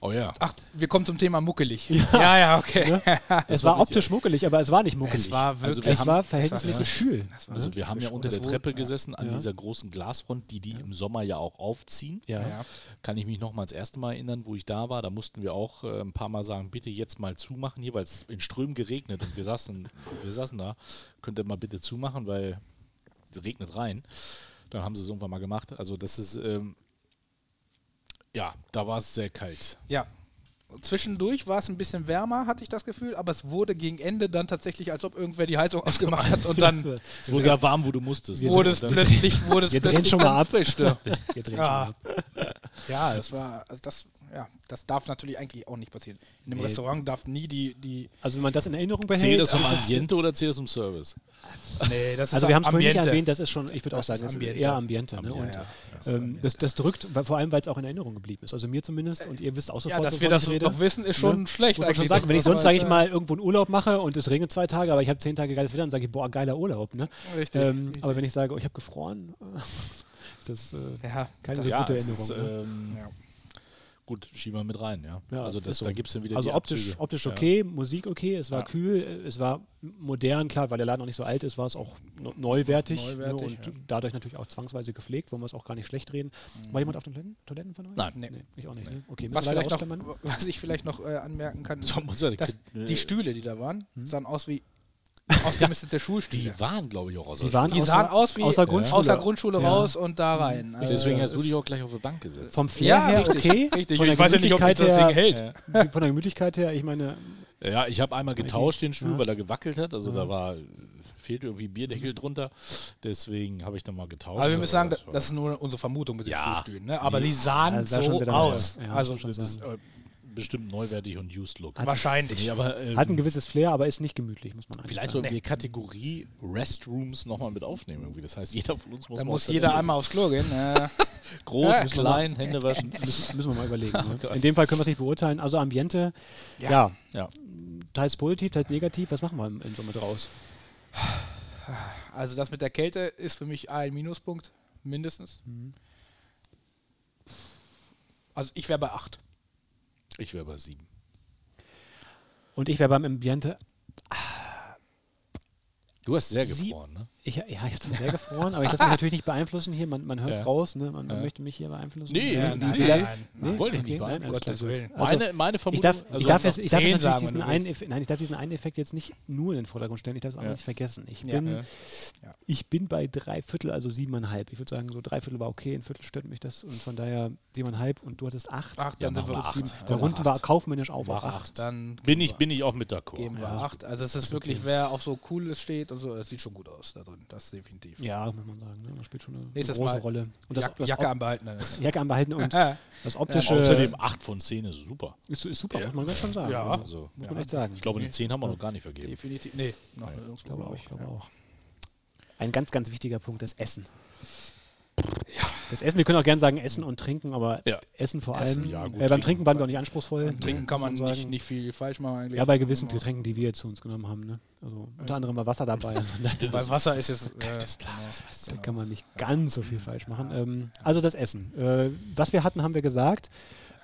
Oh ja. Ach, wir kommen zum Thema muckelig. Ja, ja, okay. es war war richtig. optisch muckelig, aber es war nicht muckelig. Es war wir wirklich. Es haben- war verhältnismäßig *laughs* kühl. Also wir haben ja unter der Das wurde- Treppe gesessen an Ja. dieser großen Glasfront, die die im Sommer ja auch aufziehen. Ja. Ja. Kann ich mich noch mal das erste Mal erinnern, wo ich da war. Da mussten wir auch äh, ein paar Mal sagen, bitte jetzt mal zumachen hier, weil es in Strömen geregnet und wir saßen, wir saßen da. Könnt ihr mal bitte zumachen, weil es regnet rein. Dann haben sie es irgendwann mal gemacht. Also das ist, ähm, ja, da war es sehr kalt. Ja. Zwischendurch war es ein bisschen wärmer, hatte ich das Gefühl, aber es wurde gegen Ende dann tatsächlich, als ob irgendwer die Heizung ausgemacht hat und *laughs* dann Es wurde ja warm, wo du musstest. wurde es Und dann- plötzlich, wurde es Wir drehen plötzlich schon mal dann ab. frisch, ne? Wir drehen schon Ja. mal. *laughs* Ja, das war, also das, ja, das darf natürlich eigentlich auch nicht passieren. In einem Restaurant darf nie die, die. Also wenn man das in Erinnerung Zählt behält, das um ist Ambiente oder zählt das um Service? Nee, das Also wir haben es vorhin nicht erwähnt, das ist schon, ich würde auch Das sagen, ist das ist Ambiente. eher Ambiente. Ne? Ambiente, Und ja. Das ist ähm, das, das drückt, weil- vor allem weil es auch in Erinnerung geblieben ist. Also mir zumindest und ihr wisst auch sofort, Ja, dass wovon wir das ich rede. noch wissen, ist schon Ne? schlecht. Muss man schon eigentlich. sagen, wenn ich sonst, Aber sage ich es, äh, mal, irgendwo einen Urlaub mache und es regnet zwei Tage, aber ich habe zehn Tage geiles Wetter, dann sage ich, boah, geiler Urlaub. Ne? Richtig, ähm, richtig. Aber wenn ich sage, oh, ich habe gefroren, *laughs* ist das äh, Ja, keine das- so gute es Erinnerung. Ist, ne? ähm, Ja. Gut, schieben wir mit rein, ja. Ja, also das, ist so. da gibt es dann wieder Also die optisch, Abzüge. optisch Ja. okay, Musik okay, es war Ja. kühl, äh, es war modern, klar, weil der Laden noch nicht so alt ist, war es auch no- neuwertig, Neuwertig, ne, und ja. dadurch natürlich auch zwangsweise gepflegt, wollen wir es auch gar nicht schlecht reden. War jemand auf den Toiletten, Toiletten von euch? Nein. Nee. ich auch nicht. Ne? Okay, Was, müssen wir vielleicht leider noch, ausklammern. *laughs* was ich vielleicht noch äh, anmerken kann, ist, So, muss man- dass äh, die Stühle, die da waren, sahen aus wie ausgemistete Schulstühle. Die waren, glaube ich, auch aus Die der waren Schule. Die sahen außer- aus wie außer Grundschule. außer Grundschule Ja. raus und da rein. Also Deswegen hast das du dich auch gleich auf die Bank gesetzt. Vom Flair her richtig, okay, richtig. von der Ich weiß ja nicht, ob mich das Gemütlichkeit Ding hält. Ja. her, von der Gemütlichkeit her, ich meine, Ja, ich habe einmal getauscht den Stuhl, weil er gewackelt hat. Also da war fehlte irgendwie ein Bierdeckel drunter. Deswegen habe ich dann mal getauscht. Aber wir müssen sagen, war- das ist nur unsere Vermutung mit den Ja. Schulstühlen. Ne? Aber sie sahen Ja, sah schon so wieder aus. nach- ja, also schon das wieder ist äh, bestimmt neuwertig und used look. wahrscheinlich. Nee, aber ähm, hat ein gewisses Flair, aber ist nicht gemütlich, muss man eigentlich vielleicht sagen. sollten wir Kategorie Restrooms nochmal mit aufnehmen irgendwie. Das heißt, jeder von uns muss da mal muss auf der jeder Toilette. einmal aufs Klo gehen. ne? Ja. groß, Ja, klein, *laughs* Hände waschen. Müssen, müssen wir mal überlegen. ne? In dem Fall können wir es nicht beurteilen. Also Ambiente, ja. Ja. teils positiv, teils negativ. Was machen wir im- in Summe draus? Also das mit der Kälte ist für mich ein Minuspunkt, mindestens. Also ich wäre bei 8. Ich wäre bei sieben. Und ich wäre beim Ambiente, Du hast sehr Sie- gefroren, ne? ich, ja, ich habe sehr gefroren, aber ich lasse mich natürlich nicht beeinflussen hier. Man, man hört Ja. raus, ne? man, man Ja. möchte mich hier beeinflussen. Nee, ja, nein, nein, wie lange- nein, nein. Wollte ich okay, nicht nein, beeinflussen. alles klar, Gottes gut. Willen. Also, meine, meine ich Vermutung. darf, ich also darf, noch jetzt, ich darf zehn jetzt natürlich sagen, wenn diesen du einen willst. Effekt, nein, ich darf diesen einen Effekt jetzt nicht nur in den Vordergrund stellen, ich darf es auch nicht vergessen. Ich Ja. bin, Ja. Ja. ich bin bei drei Viertel, also siebeneinhalb. Ich würde sagen, so drei Viertel war okay, ein Viertel stört mich das und von daher siebeneinhalb und du hattest acht. 8, Ja, dann sind machen wir wir bei 7. acht. Der aber Runden war kaufmännisch auf War auf acht. acht. Dann bin ich, bin ich auch mit d'accord. geben wir Ja. 8. Also es ist wirklich, wer auf so cooles steht und so, es sieht schon gut aus da drin. Das definitiv. Ja, muss man sagen. Ne? Das spielt schon eine, eine Nächstes große Mal Rolle. Und das, Jack, das Jacke Op- anbehalten. *laughs* dann ist- Jacke anbehalten *laughs* und Ja. das optische Außerdem 8 von 10 ist super. ist, ist super, muss man ganz schon sagen. Ja. ne? Also, Muss man echt sagen. ich glaube, die 10 haben wir noch gar nicht vergeben. Definitiv. Nee, noch Ich glaube auch, ich glaube auch. Ein ganz, ganz wichtiger Punkt ist Essen. Das Essen, wir können auch gerne sagen Essen und Trinken, aber Ja. Essen vor allem. Essen, ja, gut, äh, beim Trinken. Trinken waren wir auch nicht anspruchsvoll. Trinken kann man muss nicht, sagen. nicht viel falsch machen eigentlich. Ja, bei gewissen Genau. Getränken, die wir jetzt zu uns genommen haben. Ne? Also unter anderem war Wasser dabei. Also, da Bei Wasser ist jetzt. Äh, *laughs* Da kann man nicht ganz so viel falsch machen. Ähm, also das Essen. Äh, was wir hatten, haben wir gesagt.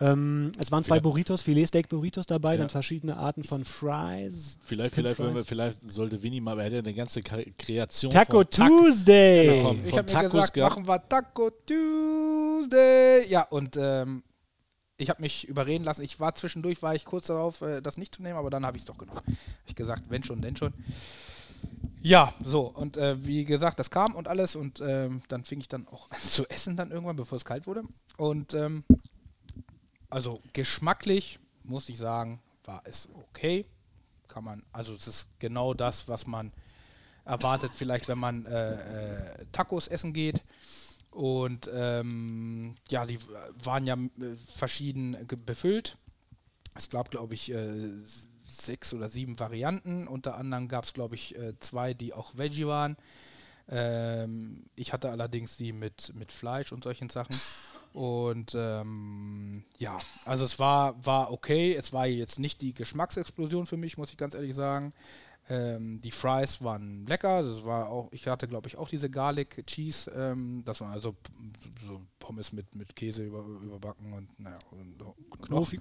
Ähm, es waren zwei Ja. Burritos, Filetsteak-Burritos dabei, Ja. dann verschiedene Arten von Fries. French Vielleicht, vielleicht, wenn wir, Fries. vielleicht sollte Winnie mal, aber er hat ja eine ganze Ka- Kreation. Taco von Tak- Tuesday! Vom- ich von habe mir Tacos gesagt, gehabt. machen wir Taco Tuesday. Ja, und ähm, ich habe mich überreden lassen. Ich war zwischendurch, war ich kurz darauf, äh, das nicht zu nehmen, aber dann habe ich es doch genommen. Hab Ich gesagt, wenn schon, denn schon. Ja, so und äh, wie gesagt, das kam und alles und ähm, dann fing ich dann auch an zu essen dann irgendwann, bevor es kalt wurde. Und ähm, also geschmacklich muss ich sagen, war es okay. Kann man, also es ist genau das, was man erwartet, vielleicht wenn man äh, äh, Tacos essen geht. Und ähm, ja, die waren ja äh, verschieden ge- befüllt. Es gab, glaube ich, äh, s- sechs oder sieben Varianten. Unter anderem gab es, glaube ich, äh, zwei, die auch Veggie waren. Ähm, ich hatte allerdings die mit, mit Fleisch und solchen Sachen. Und ähm, ja, also es war, war okay. Es war jetzt nicht die Geschmacksexplosion für mich, muss ich ganz ehrlich sagen. Ähm, die Fries waren lecker. Das war auch, ich hatte glaube ich auch diese Garlic Cheese. Ähm, das waren also p- so Pommes mit, mit Käse über, überbacken und naja, und Knochen.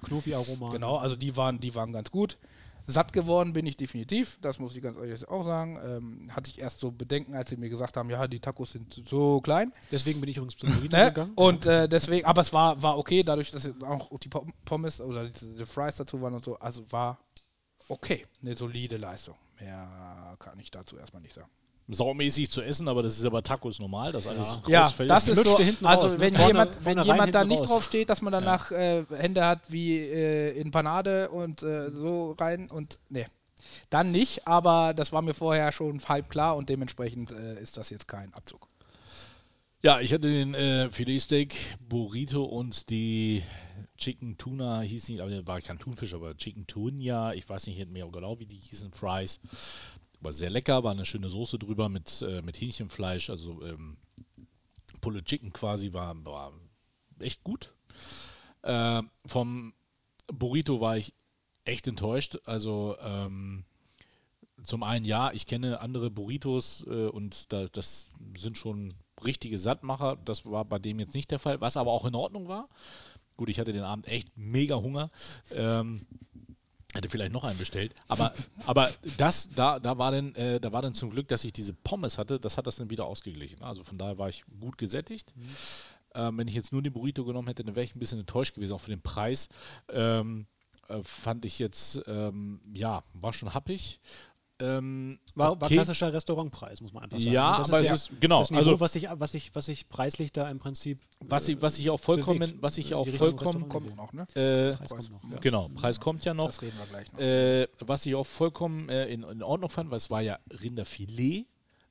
Knofi- Knofi-Aroma. Genau, also die waren, die waren ganz gut. Satt geworden bin ich definitiv, das muss ich ganz ehrlich auch sagen. Ähm, hatte ich erst so Bedenken, als sie mir gesagt haben, ja, die Tacos sind so klein. Deswegen bin ich übrigens *laughs* zum Burrito Ne? gegangen. Und äh, deswegen, aber es war, war okay, dadurch, dass auch die Pom- Pommes oder die, die Fries dazu waren und so, also war okay, eine solide Leistung. Mehr kann ich dazu erstmal nicht sagen. Saumäßig zu essen, aber das ist aber Tacos normal, dass alles rausfällt. Ja, das ist lutschte so. hinten Also raus, ne? wenn Vorne- jemand, vorne wenn rein, jemand da hinten nicht raus. drauf steht, dass man danach äh, Hände hat wie äh, in Panade und äh, so rein und nee, dann nicht. Aber das war mir vorher schon halb klar und dementsprechend äh, ist das jetzt kein Abzug. Ja, ich hatte den äh, Filetsteak, Burrito und die Chicken Tuna, hieß nicht, aber der war kein Thunfisch, aber Chicken Tuna, ich weiß nicht mehr genau, wie die hießen, Fries. War sehr lecker, war eine schöne Soße drüber mit, äh, mit Hähnchenfleisch, also ähm, Pulle Chicken quasi, war, war echt gut. Äh, vom Burrito war ich echt enttäuscht, also ähm, zum einen ja, ich kenne andere Burritos äh, und da, das sind schon richtige Sattmacher. Das war bei dem jetzt nicht der Fall, was aber auch in Ordnung war. Gut, ich hatte den Abend echt mega Hunger. Ähm, hätte vielleicht noch einen bestellt, aber, aber das, da, da, war denn, äh, da war denn zum Glück, dass ich diese Pommes hatte, das hat das dann wieder ausgeglichen. Also von daher war ich gut gesättigt. Mhm. Ähm, wenn ich jetzt nur den Burrito genommen hätte, dann wäre ich ein bisschen enttäuscht gewesen, auch für den Preis. Ähm, äh, fand ich jetzt, ähm, ja, war schon happig. Ähm, War, war okay. klassischer Restaurantpreis, muss man einfach sagen. Ja, Und das aber der- es ist- genau, Das Niveau, also- was ich, was ich, was ich preislich da im Prinzip. was ich, was ich auch vollkommen, bewegt. was ich auch äh, Die Richtung vollkommen, Kommt noch, ne? äh, Preis kommt noch. Ja. genau, Preis kommt ja noch. Das reden wir gleich noch. Äh, was ich auch vollkommen äh, in, in Ordnung fand, weil es war ja Rinderfilet,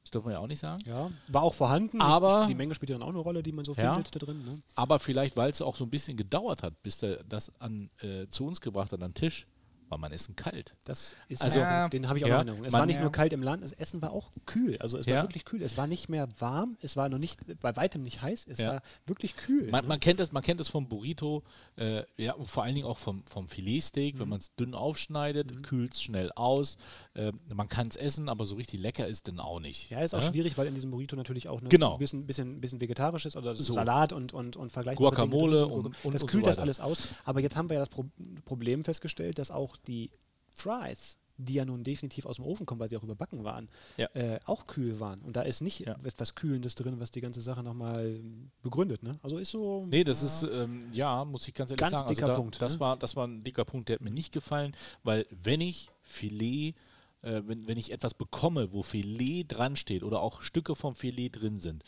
das darf man ja auch nicht sagen. Ja, war auch vorhanden. Das- Aber- die Menge spielt ja dann auch eine Rolle, die man so Ja. findet da drin. Ne? Aber vielleicht, weil es auch so ein bisschen gedauert hat, bis der das an, äh, zu uns gebracht hat, an den Tisch, war mein Essen kalt. Das ist Also, ja, den habe ich auch ja, in Erinnerung. Es man- war nicht ja. nur kalt im Land, das Essen war auch kühl. Also es war Ja. wirklich kühl. Es war nicht mehr warm, es war noch nicht bei weitem nicht heiß, es Ja. war wirklich kühl. ne? Man, man kennt das, man kennt das vom Burrito, äh, ja, und vor allen Dingen auch vom, vom Filetsteak, Mhm. wenn man es dünn aufschneidet, kühlt es schnell aus. Äh, man kann es essen, aber so richtig lecker ist denn auch nicht. ja, ist auch ne? schwierig, weil in diesem Burrito natürlich auch ne, ein Genau. bisschen, bisschen, bisschen vegetarisches oder So. Salat und, und, und vergleichbare Guacamole Dinge drin sind. und- und- Das und so kühlt das weiter. alles aus. Aber jetzt haben wir ja das Pro Problem festgestellt, dass auch die Fries, die ja nun definitiv aus dem Ofen kommen, weil sie auch überbacken waren, Ja. äh, auch kühl waren. Und da ist nicht Ja. etwas Kühlendes drin, was die ganze Sache nochmal begründet. Ne? Also ist so. Nee, das ist, ähm, ja, muss ich ganz ehrlich Ganz sagen. dicker also da, Punkt, Das, ne? war, das war ein dicker Punkt, der hat mir nicht gefallen, weil wenn ich Filet, äh, wenn, wenn ich etwas bekomme, wo Filet dran steht oder auch Stücke vom Filet drin sind,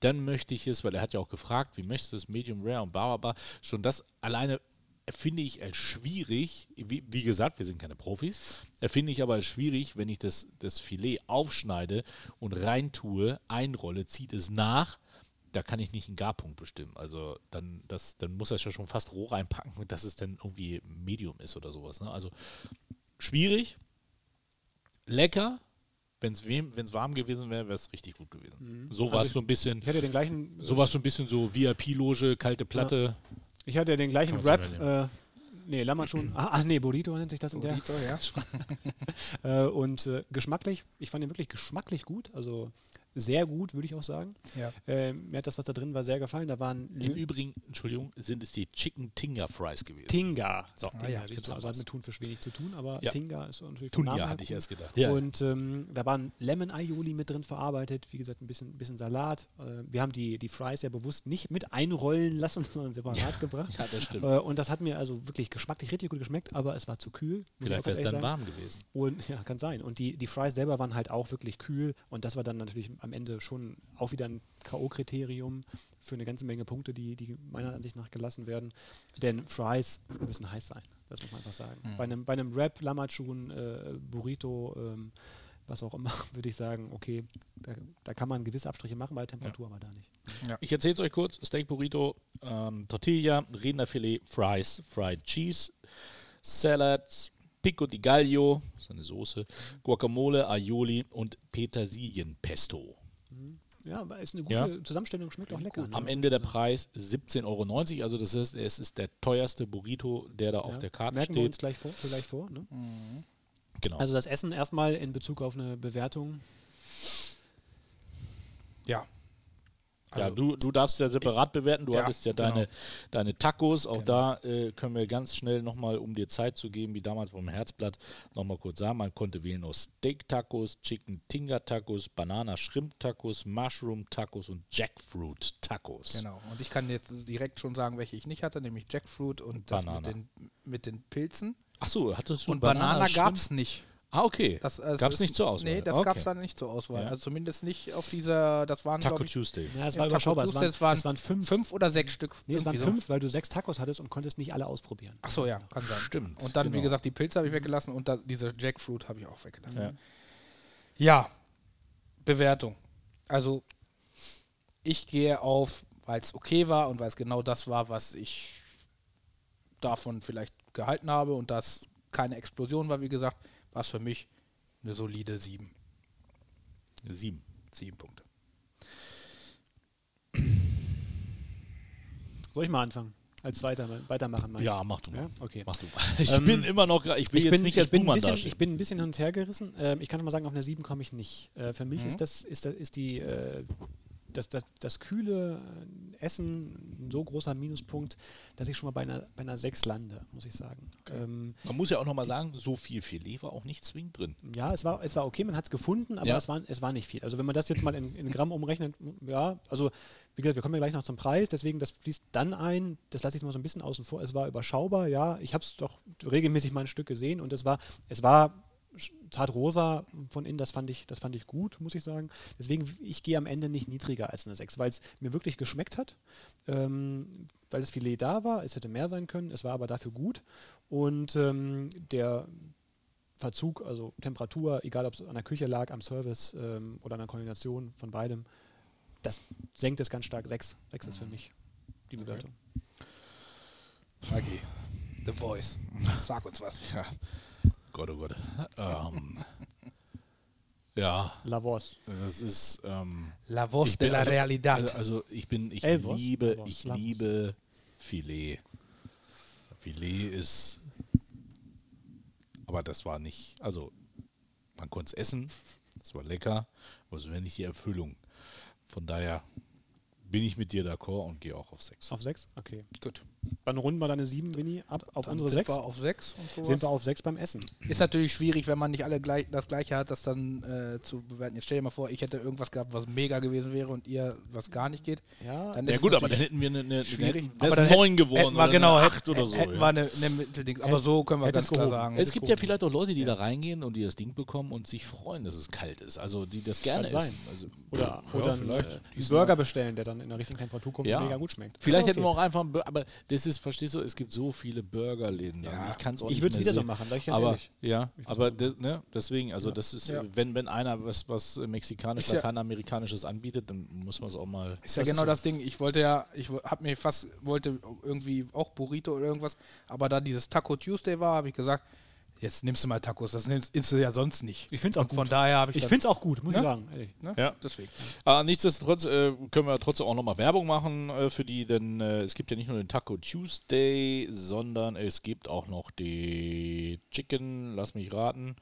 dann möchte ich es, weil er hat ja auch gefragt, wie möchtest du es, Medium Rare und bla bla bla, schon das alleine finde ich als schwierig, wie, wie gesagt, wir sind keine Profis, äh, finde ich aber als schwierig, wenn ich das, das Filet aufschneide und reintue, einrolle, zieht es nach, da kann ich nicht einen Garpunkt bestimmen. Also dann, das, dann muss er es ja schon fast roh reinpacken, dass es dann irgendwie Medium ist oder sowas. Ne? Also schwierig, lecker. Wenn es warm gewesen wäre, wäre es richtig gut gewesen. So war es ich- so ein bisschen, Mhm. Also Ich hatte den gleichen so war es so ein bisschen so VIP-Loge, kalte Platte. Ich hatte den gleichen Kann man Rap. so Äh, nee, Lammertschuhen. Ah, ah, nee, Burrito nennt sich das in der. Burrito, ja. Äh, und äh, geschmacklich, ich fand den wirklich geschmacklich gut. Also sehr gut, würde ich auch sagen. Ja. Äh, mir hat das, was da drin war, sehr gefallen. Da waren Im Übrigen, Entschuldigung, sind es die Chicken Tinga Fries gewesen. Tinga. So, Ah Tinga ja, hab ich jetzt so, haben also hat wir's. mit Thunfisch wenig zu tun, aber Ja. Tinga ist natürlich vom Tunja Namen her hatte ich gut. erst gedacht. Ja. Und ähm, da waren Lemon Aioli mit drin verarbeitet, wie gesagt, ein bisschen, bisschen Salat. Äh, wir haben die, die Fries ja bewusst nicht mit einrollen lassen, *laughs* sondern separat gebracht. ja, das stimmt. Äh, und das hat mir also wirklich geschmacklich richtig gut geschmeckt, aber es war zu kühl. muss ich auch Vielleicht wäre ganz es ehrlich dann sagen. warm gewesen. Und ja, kann sein. Und die, die Fries selber waren halt auch wirklich kühl. Und das war dann natürlich am Ende schon auch wieder ein K.O.-Kriterium für eine ganze Menge Punkte, die, die meiner Ansicht nach gelassen werden. Denn Fries müssen heiß sein. Das muss man einfach sagen. Mhm. Bei einem, bei einem Rap, Lamachun, äh, Burrito, ähm, was auch immer, *laughs* würde ich sagen, okay, da, da kann man gewisse Abstriche machen bei Temperatur, aber da nicht. Ich erzähle es euch kurz: Steak Burrito, ähm, Tortilla, Rinderfilet, Fries, Fried Cheese, Salad, Pico di Gallo, das ist eine Soße, Guacamole, Aioli und Petersilienpesto. Ja, aber ist eine gute Ja. Äh, Zusammenstellung, schmeckt auch lecker. ne? Am Ende der Preis 17,90 Euro. Also, das heißt, es ist der teuerste Burrito, der da auf Ja. der Karte Merken wir uns steht. gleich vor, für gleich vor. Ne? Genau. Also das Essen erstmal in Bezug auf eine Bewertung. ja. ja, du, du darfst ja separat bewerten. Du Also Ja, hattest ja genau. deine, deine Tacos. Auch da äh, können wir ganz schnell nochmal, um dir Zeit zu geben, wie damals beim Herzblatt, nochmal kurz sagen. Man konnte wählen aus Steak-Tacos, Chicken-Tinga-Tacos, Banana-Shrimp-Tacos, Mushroom-Tacos und Jackfruit-Tacos. Genau. Und ich kann jetzt direkt schon sagen, welche ich nicht hatte, nämlich Jackfruit und das mit Banane. den, mit den Pilzen. Achso, hattest du Und Banana gab gab's es nicht. Ah, okay. Das, äh, es gab's ist- nicht zur Auswahl. Nee, das okay. gab es dann nicht zur Auswahl. Ja. Also zumindest nicht auf dieser, das waren, Taco glaub ich, Tuesday. Ja, es ja, war Taco überschaubar. Es Tuesday, waren, es waren es waren fünf. fünf oder sechs Stück. Nee, es waren Irgendwie so. fünf, weil du sechs Tacos hattest und konntest nicht alle ausprobieren. Achso, ja, kann sein. Stimmt, Und dann, wie genau. gesagt, die Pilze habe ich weggelassen und da, diese Jackfruit habe ich auch weggelassen. Ja. Ja, Bewertung. Also Ich gehe auf, weil es okay war und weil es genau das war, was ich davon vielleicht gehalten habe und das keine Explosion war, wie gesagt, war es für mich eine solide 7. Sieben. 7 Punkte. Soll ich mal anfangen? Als weiter, weitermachen, meine Ja, ich. mach du mal. Ja, okay. Mach du mal. Ich Ähm, bin immer noch, gra- ich will ich jetzt bin, nicht ich, als bin ein Buhmann bisschen, dastehen. ich bin ein bisschen hin und her gerissen. Ähm, ich kann schon mal sagen, auf eine 7 komme ich nicht. Äh, für mich ist das, ist das, ist die, äh, das, das, das kühle äh, Essen ein so großer Minuspunkt, dass ich schon mal bei einer, bei einer 6 lande, muss ich sagen. Ähm, Man muss ja auch nochmal sagen, so viel Filet war auch nicht zwingend drin. ja, es war, es war okay, man hat es gefunden, aber Ja. es, war, es war nicht viel. Also wenn man das jetzt mal in, in Gramm umrechnet, m- ja, also wie gesagt, wir kommen ja gleich noch zum Preis, deswegen das fließt dann ein, das lasse ich mal so ein bisschen außen vor. Es war überschaubar, ja, ich habe es doch regelmäßig mal ein Stück gesehen und es war, es war sch- zart rosa von innen, das fand ich, das fand ich gut, muss ich sagen. Deswegen, ich gehe am Ende nicht niedriger als eine 6, weil es mir wirklich geschmeckt hat, ähm, weil das Filet da war, es hätte mehr sein können, es war aber dafür gut und ähm, der Verzug, also Temperatur, egal ob es an der Küche lag, am Service ähm, oder an der Kombination von beidem, das senkt es ganz stark. Sechs. Sechs ist für mich die Bewertung. Okay. *laughs* The Voice. Sag uns was. Gott, oh Gott. ähm, *laughs* ja, La Voz. das ist. Ähm, La Voz ich bin de la also- Realidad. Also, also ich bin, ich Elvos? liebe, Elvos, ich Lavos. liebe Filet. Filet ist. Aber das war nicht. Also, man konnte es essen, es war lecker, aber es wäre nicht die Erfüllung. Von daher bin ich mit dir d'accord und gehe auch auf 6. Auf sechs? Okay. Gut. Dann runden wir deine sieben, Winnie, ab auf also Dann unsere sind sechs. wir auf 6 und sowas. sind wir auf sechs beim Essen. Ist natürlich schwierig, wenn man nicht alle gleich, das gleiche hat, das dann äh, zu bewerten. Jetzt stell dir mal vor, ich hätte irgendwas gehabt, was mega gewesen wäre und ihr, was gar nicht geht. Ja, Dann Ja ist gut, es aber dann natürlich hätten wir eine, eine, schwierig. eine aber dann hätten- neun geworden hätten wir, oder genau, eine hätten- acht oder so. Hätten ja. wir eine, eine Mitteldings. Aber Hätt- so können wir hätte ganz es klar gehoben. sagen. Es gibt ja gehoben. vielleicht auch Leute, die da reingehen und die das Ding bekommen und sich freuen, dass es kalt ist. Also die das gerne Kann sein. essen. Also, Oder, ja, oder einen, vielleicht. äh, einen Burger bestellen, der dann in der richtigen Temperatur kommt Ja. und mega gut schmeckt. Vielleicht Ist ja hätten wir okay. auch einfach, einen Bur- aber das ist, verstehst du, es gibt so viele Burgerläden. Ja. Ja. Ich kann es auch Ich nicht würd's mehr wieder so sehen. machen, sag ich ganz aber, ehrlich. ja, würd's aber de, ne, deswegen, also das ist, Ja. äh, wenn, wenn einer was, was äh, mexikanisch, Ist ja- lateinamerikanisches anbietet, dann muss man es auch mal. Ist ja Das ist genau so. das Ding. Ich wollte ja, ich wo- hab mir fast, wollte irgendwie auch Burrito oder irgendwas, aber da dieses Taco Tuesday war, habe ich gesagt, jetzt nimmst du mal Tacos, das nimmst, isst du ja sonst nicht. Ich find's auch Und Von gut. daher habe ich, Ich dann- finde es auch gut, muss Ne? ich sagen. Ehrlich. ne? Ja. deswegen. Aber nichtsdestotrotz äh, können wir trotzdem auch nochmal Werbung machen äh, für die, denn äh, es gibt ja nicht nur den Taco Tuesday, sondern es gibt auch noch die Chicken, lass mich raten.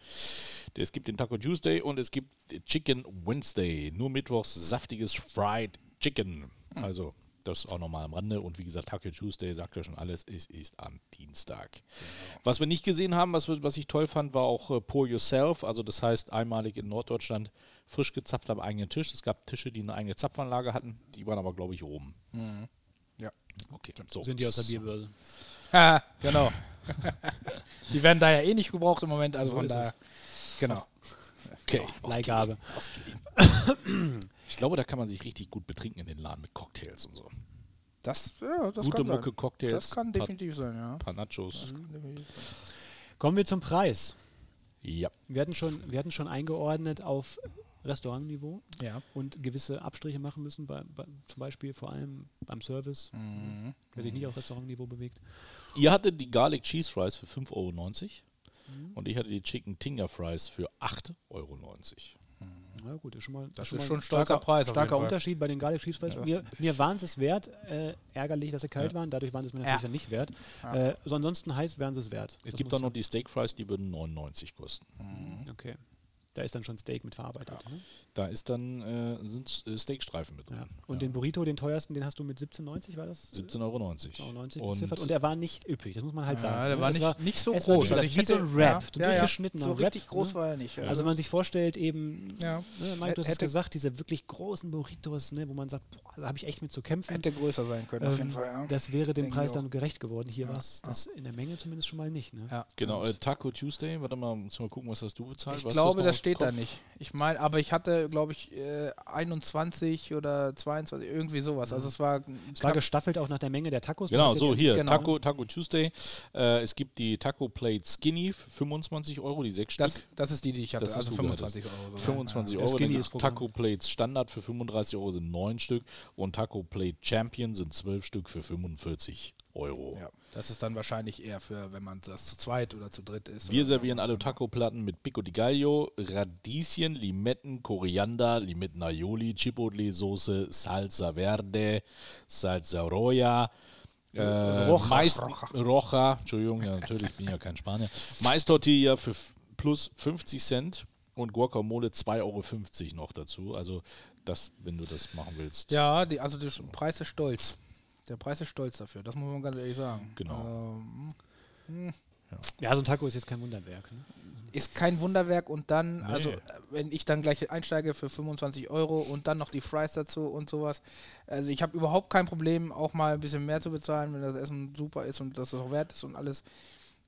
Es gibt den Taco Tuesday und es gibt Chicken Wednesday. Nur mittwochs saftiges Fried Chicken. Ah. Also das auch nochmal am Rande. Und wie gesagt, Taco Tuesday sagt ja schon alles. Es ist am Dienstag. Genau. Was wir nicht gesehen haben, was, wir- was ich toll fand, war auch äh, Pour Yourself. Also das heißt einmalig in Norddeutschland frisch gezapft am eigenen Tisch. Es gab Tische, die eine eigene Zapfanlage hatten. Die waren aber, glaube ich, oben. Ja. Okay, so. Mhm. Sind die aus der Bierbörse. Ha, *laughs* genau. die werden da ja eh nicht gebraucht im Moment, also So von ist daher. Genau. Okay. Leihgabe. Ich glaube, da kann man sich richtig gut betrinken in den Laden mit Cocktails und so. Das, ja, das Gute kann sein. Mucke, Cocktails. Das kann paar- definitiv sein, ja. paar Nachos. Mhm. Kommen wir zum Preis. Ja. Wir hatten schon, wir hatten schon eingeordnet auf Restaurantniveau. Ja. und gewisse Abstriche machen müssen, bei, bei, zum Beispiel vor allem beim Service, Mhm. der sich nicht auf Restaurantniveau bewegt. Ihr hattet die Garlic Cheese Fries für 5,90 Euro und ich hatte die Chicken Tinger Fries für 8,90 Euro. Na gut, ist schon mal, Das mal ist schon ein starker Preis auf Starker jeden Fall. Unterschied bei den Garlic Cheese Fries. Ja. Mir, mir waren es es wert, äh, ärgerlich, dass sie kalt waren, dadurch waren sie es mir natürlich Ja. dann nicht wert. Äh, so ansonsten heiß wären sie es wert. Es Das gibt muss auch noch die Steak Fries, die würden 99 kosten. ich- Okay. Da ist dann schon Steak mit verarbeitet. Ne? Da ist dann äh, sind äh, Steakstreifen mit drin. Ja. Und den Burrito, den teuersten, den hast du mit 17,90 war das? 17,90 Euro. 90 und, beziffert. Und er war nicht üppig, das muss man halt Ja, sagen. ne? der war Es nicht, nicht so es groß. also war, wie gesagt, ich wie so ein hätte- Rap, so ein ja, durchgeschnittener So Rap, richtig groß ne? war er nicht. Also, wenn man sich vorstellt, eben, Ja. ne, Mike, du hast es Hätte- gesagt, diese wirklich großen Burritos, ne, wo man sagt, boah, da habe ich echt mit zu kämpfen. hätte größer sein können, auf jeden Ähm, Fall. Ja. Das wäre dem Denke Preis ich dann gerecht geworden. Hier war es ja. das in der Menge zumindest schon mal nicht. Ne? Ja. genau, äh, Taco Tuesday, warte mal, muss mal gucken, was hast du bezahlt? Ich Weißt du das glaube, noch das aus steht da nicht. Ich meine, aber ich hatte, glaube ich, äh, 21 oder 22, irgendwie sowas. Also es war, Es war gestaffelt auch nach der Menge der Tacos. Genau, Das ist so jetzt- hier, genau. Taco, Taco Tuesday. Äh, es gibt die Taco Plate Skinny für 25 Euro, die sechs Stück. das, das ist die, die ich hatte. Das ist also du 25 Euro. so. 25 ne? Ja, Euro. Skinny Dann ist Programm. Taco Plates Standard für 35 Euro sind 9 Stück und Taco Plate Champion sind 12 Stück für 45 Euro. Ja, das ist dann wahrscheinlich eher für, wenn man das zu zweit oder zu dritt ist. Wir oder servieren alle Taco-Platten mit Pico di Gallo, Radieschen, Limetten, Koriander, Limetten Aioli, Chipotle-Soße, Salsa Verde, Salsa Roya, äh, Roja, Mais, Roja. Roja, Entschuldigung, ja, natürlich, ich bin ja kein Spanier. Mais-Tortilla für f- plus 50 Cent und Guacamole 2,50 Euro noch dazu. Also, das, wenn du das machen willst. Ja, die, also der Preis ist stolz. Der Preis ist stolz dafür, das muss man ganz ehrlich sagen. Genau. Ähm, Ja, so ein Taco ist jetzt kein Wunderwerk. Ne? ist kein Wunderwerk und dann, Nee. also äh, wenn ich dann gleich einsteige für 25 Euro und dann noch die Fries dazu und sowas. Also ich habe überhaupt kein Problem, auch mal ein bisschen mehr zu bezahlen, wenn das Essen super ist und das auch wert ist und alles.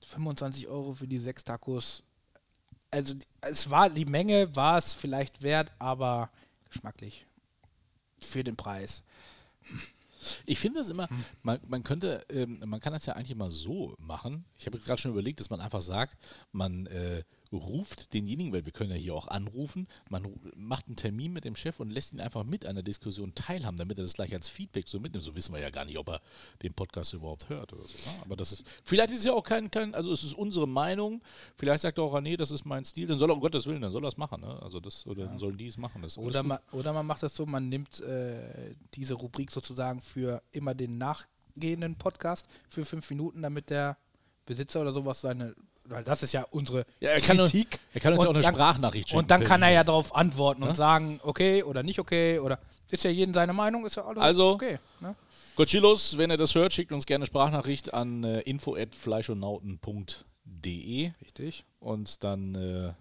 25 Euro für die sechs Tacos. Also die- es war die Menge, war es vielleicht wert, aber geschmacklich. Für den Preis. Ich finde das immer, man, man könnte, ähm, man kann das ja eigentlich mal so machen. Ich habe gerade schon überlegt, dass man einfach sagt, man äh, ruft denjenigen, weil wir können ja hier auch anrufen, man ru- macht einen Termin mit dem Chef und lässt ihn einfach mit an der Diskussion teilhaben, damit er das gleich als Feedback so mitnimmt. So wissen wir ja gar nicht, ob er den Podcast überhaupt hört oder so. Ne? Aber das ist, vielleicht ist es ja auch kein, kein, also es ist unsere Meinung. Vielleicht sagt er auch, ah, nee, das ist mein Stil. Dann soll er, um Gottes Willen, dann soll er es machen. Ne? Also das, oder dann sollen die es machen. Das ist Oder alles gut. man, oder man macht das so, man nimmt äh, diese Rubrik sozusagen für immer den nachgehenden Podcast für fünf Minuten, damit der Besitzer oder sowas seine, weil das ist ja unsere Ja, er kann uns- Kritik. er kann uns ja Und auch eine dann- Sprachnachricht schicken Und dann per kann er E-Mail. ja darauf antworten und sagen, okay oder nicht okay oder ist ja jeden seine Meinung, ist ja alles Also- okay. Ne? Godzillos, wenn ihr das hört, schickt uns gerne Sprachnachricht an äh, info@fleischundnauten.de Richtig. und dann äh,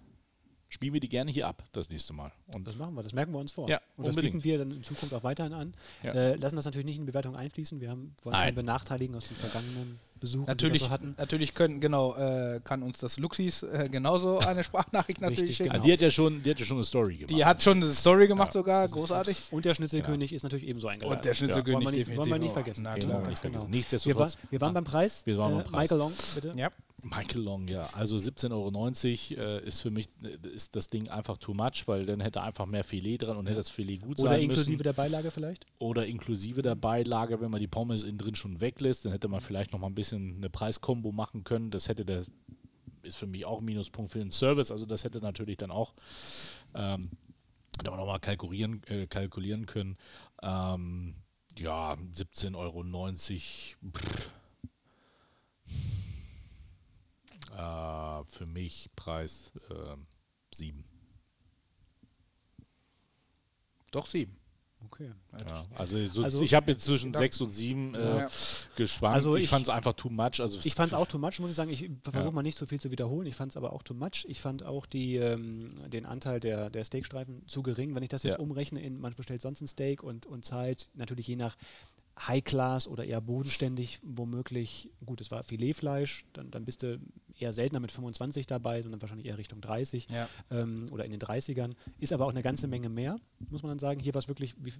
spielen wir die gerne hier ab das nächste Mal. Und äh, Das machen wir, das merken wir uns vor. Ja, und das unbedingt. bieten wir dann in Zukunft auch weiterhin an. Ja. Äh, lassen das natürlich nicht in die Bewertung einfließen. Wir haben, wollen Nein. keinen benachteiligen aus den vergangenen Besuchen, die wir Natürlich, so hatten. natürlich können, genau, äh, kann uns das Luxis äh, genauso eine Sprachnachricht natürlich Richtig, schicken. Ah, genau. die hat ja schon, die hat ja schon eine Story gemacht. Die hat schon eine Story gemacht sogar, großartig. Und der Schnitzelkönig ist natürlich ebenso eingeladen. Und der Schnitzelkönig wollen wir nicht, wollen wir definitiv nicht auch. vergessen. Na Genau, klar. nicht vergessen. Wir, war, Nichtsdestotrotz, wir waren beim Preis. äh, Wir waren beim Preis. Michael Long, bitte. Ja. Michael Long, ja. Also 17,90 Euro äh, ist für mich äh, ist das Ding einfach too much, weil dann hätte er einfach mehr Filet dran und hätte das Filet gut Oder sein inklusive müssen. der Beilage vielleicht. Oder inklusive der Beilage, wenn man die Pommes innen drin schon weglässt, dann hätte man vielleicht noch mal ein bisschen eine Preiskombo machen können. Das hätte der ist für mich auch ein Minuspunkt für den Service. Also das hätte natürlich dann auch ähm, hätte man nochmal kalkulieren, äh, kalkulieren können. Ähm, ja, 17,90 Euro. Pff. Äh, für mich Preis äh, 7. Doch sieben. Okay. Ja, also, so, Also- ich habe jetzt zwischen 6 und 7 äh, Ja. geschwankt. Also ich ich- fand es einfach too much. Also Ich fand es auch too much, muss ich sagen. Ich versuche Ja. mal nicht so viel zu wiederholen. Ich fand es aber auch too much. Ich fand auch die, ähm, den Anteil der, der Steakstreifen zu gering. Wenn ich das jetzt Ja. umrechne, in, man bestellt sonst ein Steak und, und zahlt natürlich je nach High Class oder eher bodenständig, womöglich, gut, es war Filetfleisch, dann, dann bist du eher seltener mit 25 dabei, sondern wahrscheinlich eher Richtung 30 Ja. ähm, oder in den 30ern. Ist aber auch eine ganze Menge mehr, muss man dann sagen. Hier war es wirklich, wie, f-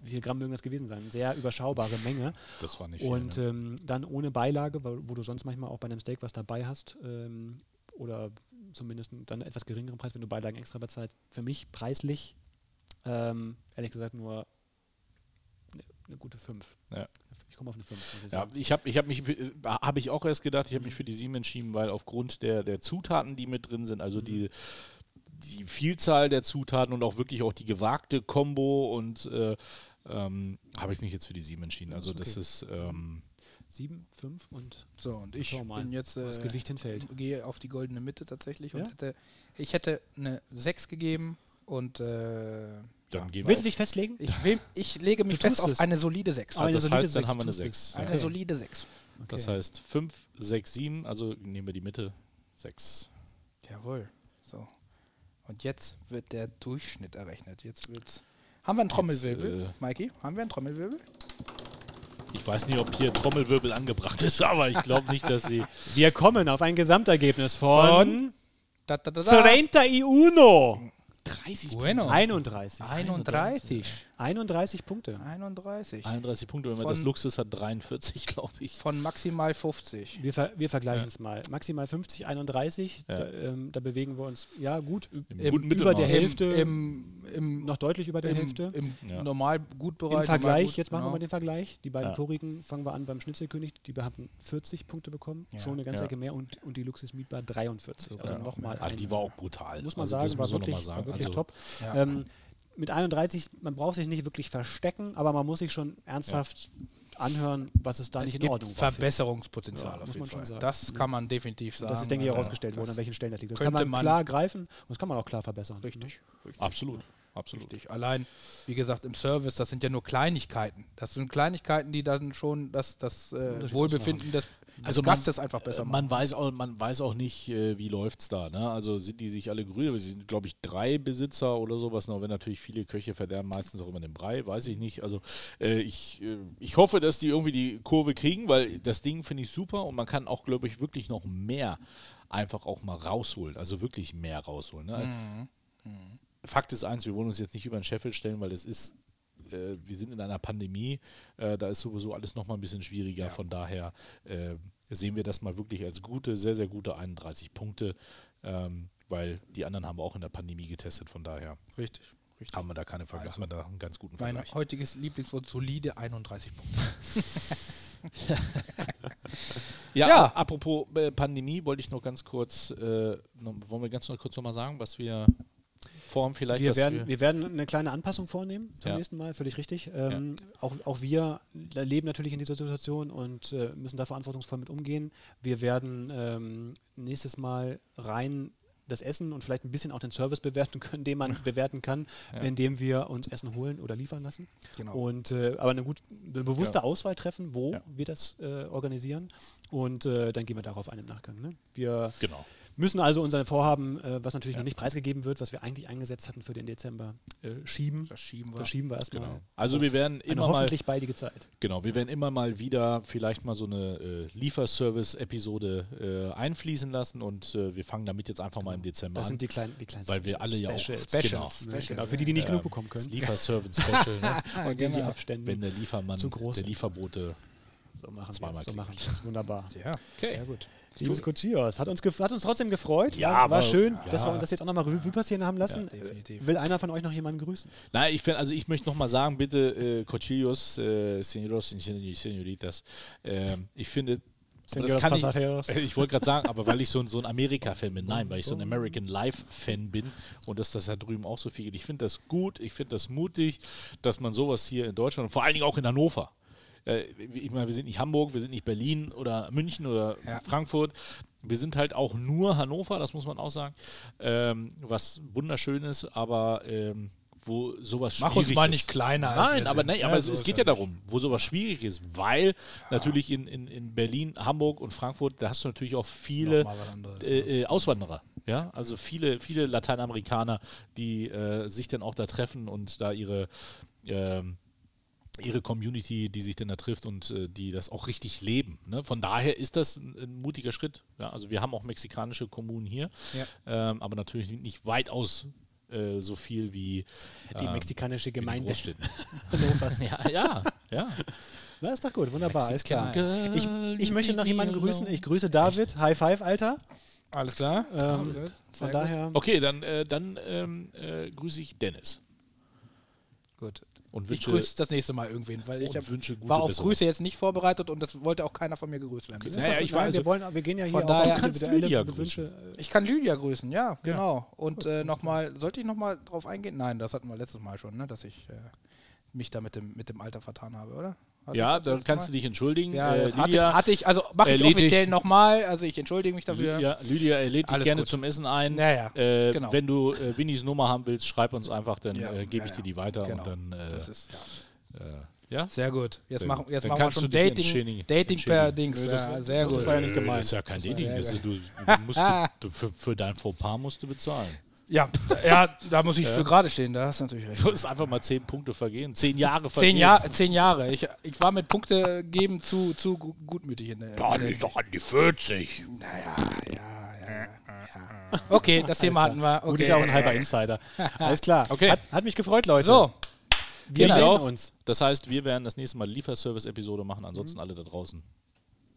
wie viel Gramm mögen das gewesen sein? Sehr überschaubare Menge. das war nicht viel, Und ne? ähm, dann ohne Beilage, wo, wo du sonst manchmal auch bei einem Steak was dabei hast ähm, oder zumindest dann einen etwas geringeren Preis, wenn du Beilagen extra bezahlst. Für mich preislich, ähm, ehrlich gesagt, nur eine eine gute 5. Ja. Ich komme auf eine 5. Ja, ich habe ich hab mich, habe ich auch erst gedacht, ich habe mich für die sieben entschieden, weil aufgrund der, der Zutaten, die mit drin sind, also Mhm. die, die Vielzahl der Zutaten und auch wirklich auch die gewagte Kombo und äh, ähm, habe ich mich jetzt für die sieben entschieden. Also ist das okay. ist, ähm, 7, 5 und So, und ich Schau mal, bin jetzt. äh, wo das Gewicht hinfällt. Gehe auf die goldene Mitte tatsächlich und Ja? hätte. Ich hätte eine 6 gegeben und. Äh, dann gehen wir. Willst du dich festlegen? ich, will, ich lege mich Du fest tust auf es. eine solide 6. Ah, Also das solide heißt, dann Sechs, haben wir eine tust du's. sechs. Eine okay. solide 6. Das Okay. heißt 5, 6, 7, also nehmen wir die Mitte, 6. Jawohl. So. Und jetzt wird der Durchschnitt errechnet. Jetzt wird's. Haben wir einen Trommelwirbel? äh, Mikey, haben wir einen Trommelwirbel? Ich weiß nicht, ob hier Trommelwirbel *laughs* angebracht ist, aber ich glaube nicht, dass sie. Wir kommen auf ein Gesamtergebnis von, Da, da, da, da. 30 y uno. 30 Bueno. 31. 31. 31 Punkte. 31. 31 Punkte, wenn man Von- das Luxus hat, 43, glaube ich. Von maximal 50. Wir, ver wir vergleichen es mal. Maximal 50, 31. Ja. Da, ähm, da bewegen wir uns, ja gut, ü- Im ähm, guten über der Mittelmaß. Hälfte, Im, im, noch deutlich über der im, Hälfte. im Ja. normal gut Bereich. Im normal Vergleich, gut, jetzt machen wir genau. mal den Vergleich. Die beiden Ja. vorigen fangen wir an beim Schnitzelkönig, die haben 40 Punkte bekommen, Ja. schon eine ganze Ja. Ecke mehr und, und die Luxus Mietbar 43. Also Ja. nochmal Ah, ein. Die war auch brutal. muss man Also sagen, das war muss man noch wirklich, mal war sagen. wirklich Also, top. Ja. Ähm, mit 31, man braucht sich nicht wirklich verstecken, aber man muss sich schon ernsthaft anhören, was es da Es nicht in gibt Ordnung war. Verbesserungspotenzial Ja, auf muss jeden man schon Fall. sagen. Mhm. Das kann man definitiv sagen. Das ist, denke ich, Ja. herausgestellt worden, an welchen Stellen das liegt. Das kann könnte man, man- klar greifen und das kann man auch klar verbessern. Richtig. Absolut. Absolut. Richtig. Allein, wie gesagt, im Service, das sind ja nur Kleinigkeiten. Das sind Kleinigkeiten, die dann schon das, das äh, Unterschied Wohlbefinden des, des Also man- Gastes einfach äh, besser machen. Man weiß auch, man weiß auch nicht, äh, wie läuft's da. Ne? Also sind die sich alle grün, aber sie sind, glaube ich, drei Besitzer oder sowas noch, wenn natürlich viele Köche verderben meistens auch immer den Brei, weiß ich nicht. Also äh, ich, äh, ich hoffe, dass die irgendwie die Kurve kriegen, weil das Ding finde ich super und man kann auch, glaube ich, wirklich noch mehr einfach auch mal rausholen. Also wirklich mehr rausholen. Mhm. Ne? Fakt ist eins, wir wollen uns jetzt nicht über den Scheffel stellen, weil das ist, äh, wir sind in einer Pandemie, äh, da ist sowieso alles nochmal ein bisschen schwieriger. Von daher äh, sehen wir das mal wirklich als gute, sehr, sehr gute 31 Punkte, ähm, weil die anderen haben wir auch in der Pandemie getestet. Von daher Richtig. Richtig. haben wir da keine Also Vergleich, haben wir da einen ganz guten Mein Vergleich. heutiges Lieblingswort solide 31 Punkte. *laughs* *laughs* Ja, Ja. ap- apropos äh, Pandemie, wollte ich noch ganz kurz, äh, noch, wollen wir ganz noch kurz nochmal sagen, was wir formen vielleicht, Wir was werden, wir werden eine kleine Anpassung vornehmen zum Ja. nächsten Mal, völlig richtig. Ähm, auch, auch wir leben natürlich in dieser Situation und äh, müssen da verantwortungsvoll mit umgehen. Wir werden ähm, nächstes Mal rein das Essen und vielleicht ein bisschen auch den Service bewerten können, den *laughs* man bewerten kann, indem wir uns Essen holen oder liefern lassen. Genau. Und äh, aber eine gut eine bewusste Ja. Auswahl treffen, wo Ja. wir das äh, organisieren. Und äh, dann gehen wir darauf ein im Nachgang. Ne? Wir genau. müssen also unser Vorhaben, äh, was natürlich noch nicht preisgegeben wird, was wir eigentlich eingesetzt hatten für den Dezember, äh, schieben. Das schieben wir. Das schieben wir erstmal. genau. Also wir werden Eine immer mal hoffentlich baldige Zeit. Genau, wir werden immer mal wieder vielleicht mal so eine äh, Lieferservice-Episode äh, einfließen lassen und äh, wir fangen damit jetzt einfach mal im Dezember Genau. Das an, sind die kleinen, die kleinen weil wir alle ja auch Specials. Genau, Ne? Genau, für die, die nicht genug bekommen das können. Lieferservice-Special, ne? *laughs* Und die, die Abstände wenn der Liefermann, Zu groß der sind. Lieferbote. so machen. zweimal wir's, so machen. wir's. Wunderbar. Ja. Okay. Sehr gut. Liebes Kutschios, hat uns, gef- hat uns trotzdem gefreut. Ja, war, war aber- schön, ja. dass wir uns das jetzt auch nochmal Revue passieren haben lassen. definitiv. Will einer von euch noch jemanden grüßen? Nein, ich find, also ich möchte nochmal sagen, bitte, äh, Cochillos, äh, Senoros, Senoritas, ähm, ich finde, aber das Señoras kann pasajeros. *laughs* Oh. ich, ich wollte gerade sagen, aber weil ich so ein, so ein Amerika-Fan bin, nein, weil ich so ein American Life-Fan bin und dass das da drüben auch so viel geht. Ich finde das gut, ich finde das mutig, dass man sowas hier in Deutschland und vor allen Dingen auch in Hannover. äh, Ich meine, wir sind nicht Hamburg, wir sind nicht Berlin oder München oder Ja. Frankfurt. Wir sind halt auch nur Hannover, das muss man auch sagen, ähm, was wunderschön ist, aber ähm, wo sowas Mach uns schwierig mal ist. nicht kleiner, als Nein, wir aber, sind. nein, Ja, aber es, so es ist geht ja ja darum, wo sowas schwierig ist, weil natürlich in, in, in Berlin, Hamburg und Frankfurt, da hast du natürlich auch viele Nochmal was anderes, ne? äh, äh, Auswanderer. Ja, also viele, viele Lateinamerikaner, die äh, sich dann auch da treffen und da ihre, ähm, ihre Community, die sich denn da trifft und äh, die das auch richtig leben. Ne? Von daher ist das ein, ein mutiger Schritt. Ja? Also wir haben auch mexikanische Kommunen hier, ähm, aber natürlich nicht weitaus äh, so viel wie Die ähm, mexikanische in den Gemeinde. *laughs* *laughs* Großstädten. Hannovers. Ja, ja, ja. Na, ist doch gut, wunderbar, alles klar. Mexican Ich, Girl, ich möchte leave noch me jemanden alone. grüßen. Ich grüße David. High five, Alter. Alles klar. Ähm, Sehr Von gut. daher. Okay, dann, äh, dann ähm, äh, grüße ich Dennis. Gut. Und Ich wünsche- grüße das nächste Mal irgendwen, weil ich Und hab, wünsche gute war auf Besserung. Grüße jetzt nicht vorbereitet und das wollte auch keiner von mir gegrüßt werden. Okay. Naja, ich war also- wir, wollen, wir gehen ja hier Von auch daher- auf Kannst du individuelle Lydia Wünsche. Ich kann Lydia grüßen, ja, genau. Und äh, nochmal, sollte ich nochmal drauf eingehen? Nein, das hatten wir letztes Mal schon, ne, dass ich äh, mich da mit dem, mit dem Alter vertan habe, oder? Hatte Ja, ich das dann letzte kannst Mal? du dich entschuldigen. Ja, äh, das hatte, hatte ich, also mache ich erledigt- offiziell nochmal, also ich entschuldige mich dafür. Lydia, Lydia er lädt dich Alles gerne gut. zum Essen ein. Ja, ja, Äh, genau. Wenn du äh, Winnies Nummer haben willst, schreib uns einfach, dann Ja, äh, gebe ja, ich dir ja. die weiter Genau. und dann. Äh, Das ist ja. äh, ja? sehr gut. Jetzt, Sehr machen, gut. jetzt Dann machen wir kannst schon du dich Dating, entschädigen- Dating per entschädigen. Dings. ja, sehr gut. das war ja nicht Das gemeint. ist ja kein Dating. ja Das geil. ist, du, du *laughs* musst, du, für, für dein Fauxpas musst du bezahlen. Ja, *laughs* da- ja, da muss ich für gerade stehen, da hast du natürlich recht. Du hast einfach mal zehn Punkte vergehen, zehn Jahre vergehen. Zehn, Jahr, zehn Jahre. Ich, ich war mit Punkte geben zu, zu gu- gutmütig in der. Boah, in die der ist doch an die 40. naja, ja, ja, ja. Okay, das Thema hatten wir. Gut, Okay. ist ja auch ein halber *laughs* Insider. Alles klar. Okay. genau. Hat, hat mich gefreut, Leute. so, wir Ich sehen auch. uns. Das heißt, wir werden das nächste Mal Lieferservice-Episode machen, Mhm. ansonsten alle da draußen.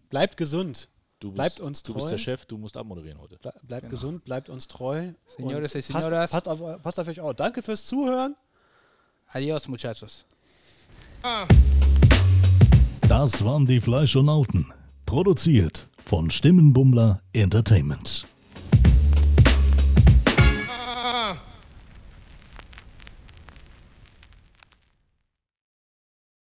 Bleibt gesund. Du bist, bleibt uns du treu. bist der Chef, du musst abmoderieren heute. Ble bleibt gesund, bleibt uns treu. Genau. Señores y Und señoras. passt, passt, auf, passt auf euch auf. Danke fürs Zuhören. adios, muchachos. Das waren die Fleischonauten. Produziert von Stimmenbummler Entertainment.